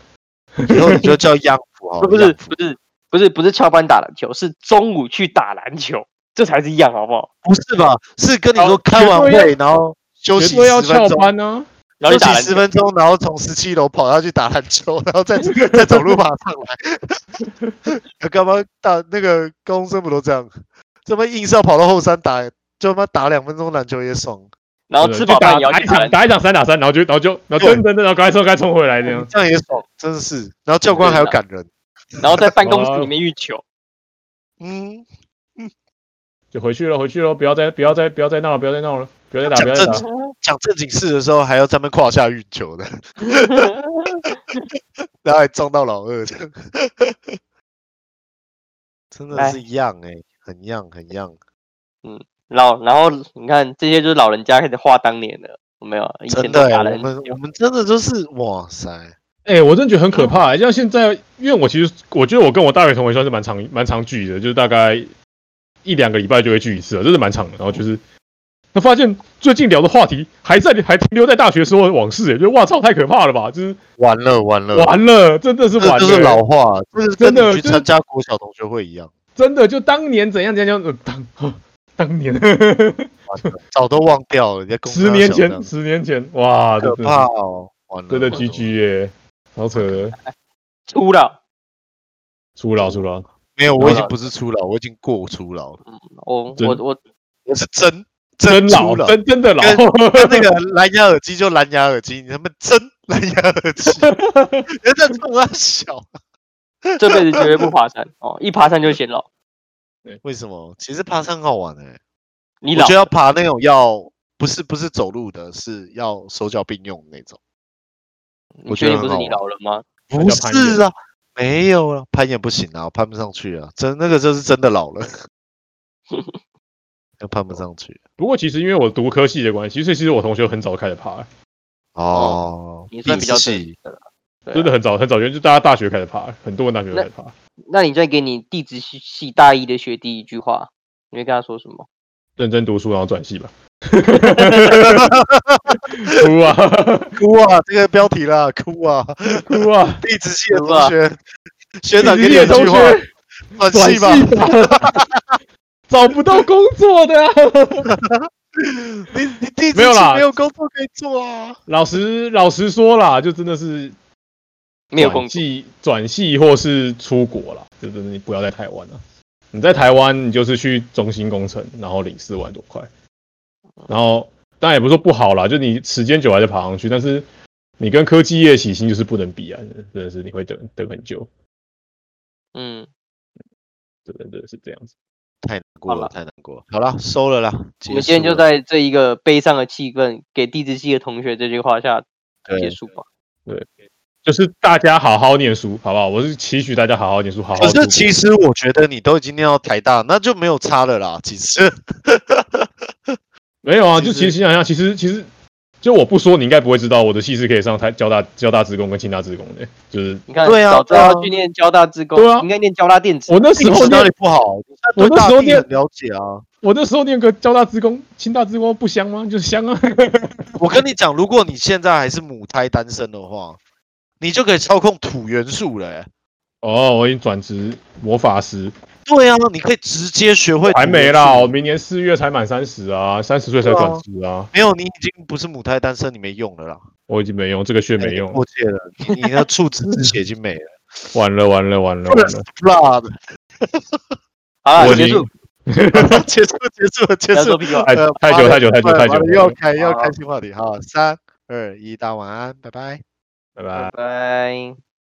Speaker 1: 以后你就叫样服好 了，
Speaker 3: 不不是
Speaker 1: 样服
Speaker 3: 不是不是不是翘班打篮球，是中午去打篮球，这才是一样，好不好？
Speaker 1: 不是吧？是跟你说
Speaker 2: 好
Speaker 1: 开完
Speaker 2: 绝对
Speaker 1: 会然后休息
Speaker 2: 绝对要
Speaker 1: 十
Speaker 2: 翘
Speaker 1: 分钟，
Speaker 2: 班啊！
Speaker 4: 然后就
Speaker 1: 休
Speaker 4: 打
Speaker 1: 息
Speaker 4: 篮
Speaker 1: 十
Speaker 4: 球
Speaker 1: 分钟，然后从十七楼跑下去打篮球， 然后再再走路爬上来。 干嘛打那个高中生不都这样？这么硬是要跑到后山打，就他妈打两分钟篮球也爽，
Speaker 4: 然后
Speaker 1: 呃
Speaker 2: 对
Speaker 4: 吃
Speaker 2: 就
Speaker 4: 饱
Speaker 2: 打
Speaker 4: 饭也要
Speaker 2: 打
Speaker 4: 去
Speaker 2: 一
Speaker 4: 打篮
Speaker 2: 场
Speaker 4: 球，
Speaker 2: 打一场三打三，然后就然后就然后
Speaker 1: 对
Speaker 2: 噔噔噔，然后赶快冲赶快冲回来这样。
Speaker 1: 这样也爽，真是。然后教官还要赶人，
Speaker 4: 然后在办公
Speaker 1: 哦
Speaker 4: 室里面运球。
Speaker 1: 嗯，
Speaker 2: 就回去了，回去了，不要再不要再不要再闹了，不要再闹了，不要再打，啊
Speaker 1: 讲
Speaker 2: 不要再
Speaker 1: 正
Speaker 2: 打。
Speaker 1: 讲正经事的时候还要在那边胯下运球 的，然后还撞到老二这样，真的是一样哎、很样很样，
Speaker 4: 老，然后你看这些就是老人家开始画当年的，有没有？以前
Speaker 1: 真
Speaker 4: 都
Speaker 1: 的、
Speaker 4: 打
Speaker 1: 欸，
Speaker 4: 篮
Speaker 1: 我们
Speaker 4: 球
Speaker 1: 我，们真的就是哇塞。
Speaker 2: 哎、我真的觉得很可怕、像现在，因为我其实我觉得我跟我大学同学算是蛮常蛮常聚的，就是大概一两个礼拜就会聚一次了，真的蛮长的。然后就是，那发现最近聊的话题还在还停留在大学时候的往事、哎，就哇操，太可怕了吧！就是
Speaker 1: 完了完了，
Speaker 2: 完了，真的是
Speaker 1: 呃这
Speaker 2: 完了，
Speaker 1: 就是老话，就是跟
Speaker 2: 真的
Speaker 1: 你去
Speaker 2: 就是
Speaker 1: 参加国小同学会一样，
Speaker 2: 真的就当年怎样怎样，呃、当、 哦、当年
Speaker 1: 完了早都忘掉了。人家公
Speaker 2: 十
Speaker 1: 司
Speaker 2: 年
Speaker 1: 小这
Speaker 2: 前，
Speaker 1: 样
Speaker 2: 十年前，哇，
Speaker 1: 可
Speaker 2: 真的
Speaker 1: 怕
Speaker 2: 是
Speaker 1: 哦，完了，
Speaker 2: 真的
Speaker 1: 完了
Speaker 2: GG 耶、好扯的，
Speaker 4: 秃了。
Speaker 2: 出
Speaker 1: 嗯
Speaker 2: 老出老，
Speaker 1: 没有，
Speaker 2: 完
Speaker 1: 我
Speaker 2: 了
Speaker 1: 已经不是初老，我已经过初老了，
Speaker 4: 我
Speaker 2: 真
Speaker 4: 我我
Speaker 1: 我是真
Speaker 2: 真
Speaker 1: 初
Speaker 2: 老，
Speaker 1: 老。
Speaker 2: 真真的老。
Speaker 1: 跟那个蓝牙耳机就蓝牙耳机，你他妈真蓝牙耳机，人家冲他小，
Speaker 4: 这辈子绝对不爬山哦，一爬山就显老。
Speaker 1: 为什么？其实爬山很好玩哎、
Speaker 4: 你
Speaker 1: 我
Speaker 4: 老
Speaker 1: 觉得要爬那种要不是不是走路的，是要手脚并用的那种。
Speaker 4: 你
Speaker 1: 我
Speaker 4: 确
Speaker 1: 觉得
Speaker 4: 定不是
Speaker 1: 很好啊
Speaker 4: 你
Speaker 1: 玩
Speaker 4: 老了吗？
Speaker 1: 不
Speaker 2: 叫攀岩
Speaker 1: 是啊，没有了，攀岩不行啊，我攀不上去啊，真那个就是真的老了，又攀不上去。
Speaker 2: 不过其实因为我读科系的关系，所以其实我同学很早开始爬，
Speaker 1: 哦，
Speaker 4: 你算比较
Speaker 1: 地
Speaker 4: 正
Speaker 1: 质系
Speaker 4: 式的了。对啊
Speaker 2: 真的很早很早，就大家大学开始爬，很多人大学开始爬。
Speaker 4: 那你再给你地质系系大一的学弟一句话，你会跟他说什么？
Speaker 2: 认真读书，然后转系吧。 哭啊
Speaker 1: 哭啊，这个标题啦，哭啊，
Speaker 2: 哭 啊！
Speaker 1: 地质系的
Speaker 4: 哭啊
Speaker 1: 同学，学长
Speaker 2: 你
Speaker 1: 给你
Speaker 2: 的
Speaker 1: 一句
Speaker 2: 同
Speaker 1: 话，
Speaker 2: 学
Speaker 1: 转
Speaker 2: 转
Speaker 1: 系
Speaker 2: 系
Speaker 1: 吧，
Speaker 2: 吧，找不到工作的啊、
Speaker 1: 你你地质
Speaker 2: 没有
Speaker 1: 系
Speaker 2: 啦
Speaker 1: 没有工作可以做啊，
Speaker 2: 老实老实说啦，就真的是
Speaker 4: 没有
Speaker 2: 转
Speaker 4: 工作，
Speaker 2: 系转系或是出国啦，就真的你不要在台湾了。啊你在台湾，你就是去中心工程，然后领四万多块，然后当然也不是说不好啦，就你时间久了还是爬上去，但是你跟科技业起薪就是不能比啊，真的是你会等等很久，
Speaker 4: 嗯，
Speaker 2: 真的真的是这样子。
Speaker 1: 太难过
Speaker 4: 好
Speaker 1: 了，
Speaker 4: 啦
Speaker 1: 太难过了。好了，收了啦，
Speaker 4: 我
Speaker 1: 我
Speaker 4: 们今天就在这一个悲伤的气氛，给地质系的同学这句话下结
Speaker 1: 对。
Speaker 4: 束吧。
Speaker 2: 就是大家好好念书，好不好？我是期许大家好好念书，好好
Speaker 1: 可
Speaker 2: 出国。
Speaker 1: 是其实我觉得你都已经念到台大，那就没有差了啦。其实
Speaker 2: 没有啊，
Speaker 1: 其
Speaker 2: 就
Speaker 1: 实
Speaker 2: 其实想想，其实其实就我不说，你应该不会知道我的系是可以上台交大交大职工跟清大职工的，就是
Speaker 4: 你看，
Speaker 1: 对啊
Speaker 4: 早知道
Speaker 1: 对啊
Speaker 4: 要去念交大自工，
Speaker 2: 对啊
Speaker 4: 应该念交大电子。
Speaker 2: 我那时
Speaker 1: 你
Speaker 2: 候
Speaker 1: 是哪
Speaker 2: 念
Speaker 1: 里不好？你现在
Speaker 2: 我
Speaker 1: 对
Speaker 2: 那
Speaker 1: 大
Speaker 2: 时候
Speaker 1: 地
Speaker 2: 念
Speaker 1: 很了解啊。
Speaker 2: 我那时候念个交大职工、清大职工不香吗？就是香啊！
Speaker 1: 我跟你讲，如果你现在还是母胎单身的话，你就可以操控土元素了、欸。
Speaker 2: 哦，我已经转职魔法师，
Speaker 1: 对啊，你可以直接学会。
Speaker 2: 还没啦，我，明年四月才满三十啊，三十岁才转职啊，
Speaker 1: 没有，你已经不是母胎单身，你没用了啦，
Speaker 2: 我已经没用，这个血
Speaker 1: 你已
Speaker 2: 没
Speaker 1: 经
Speaker 2: 用，
Speaker 1: 过界了，你你的处子之血已经没了。
Speaker 2: 完了完了完了完了，
Speaker 1: blood，
Speaker 4: 好啦
Speaker 2: 我
Speaker 4: 结
Speaker 2: 已
Speaker 4: 束
Speaker 2: 经，
Speaker 1: 结束，结束，
Speaker 4: 不
Speaker 1: 结
Speaker 4: 要
Speaker 1: 束
Speaker 4: 说。屁 话。
Speaker 2: 太
Speaker 1: 呃
Speaker 2: 哎太久太久太久
Speaker 1: 完了
Speaker 2: 太久
Speaker 1: 完了
Speaker 2: 了，
Speaker 1: 又开又
Speaker 4: 好
Speaker 1: 开新话题，好，三二一，大家晚安，拜拜。
Speaker 2: 拜拜。
Speaker 4: 拜拜。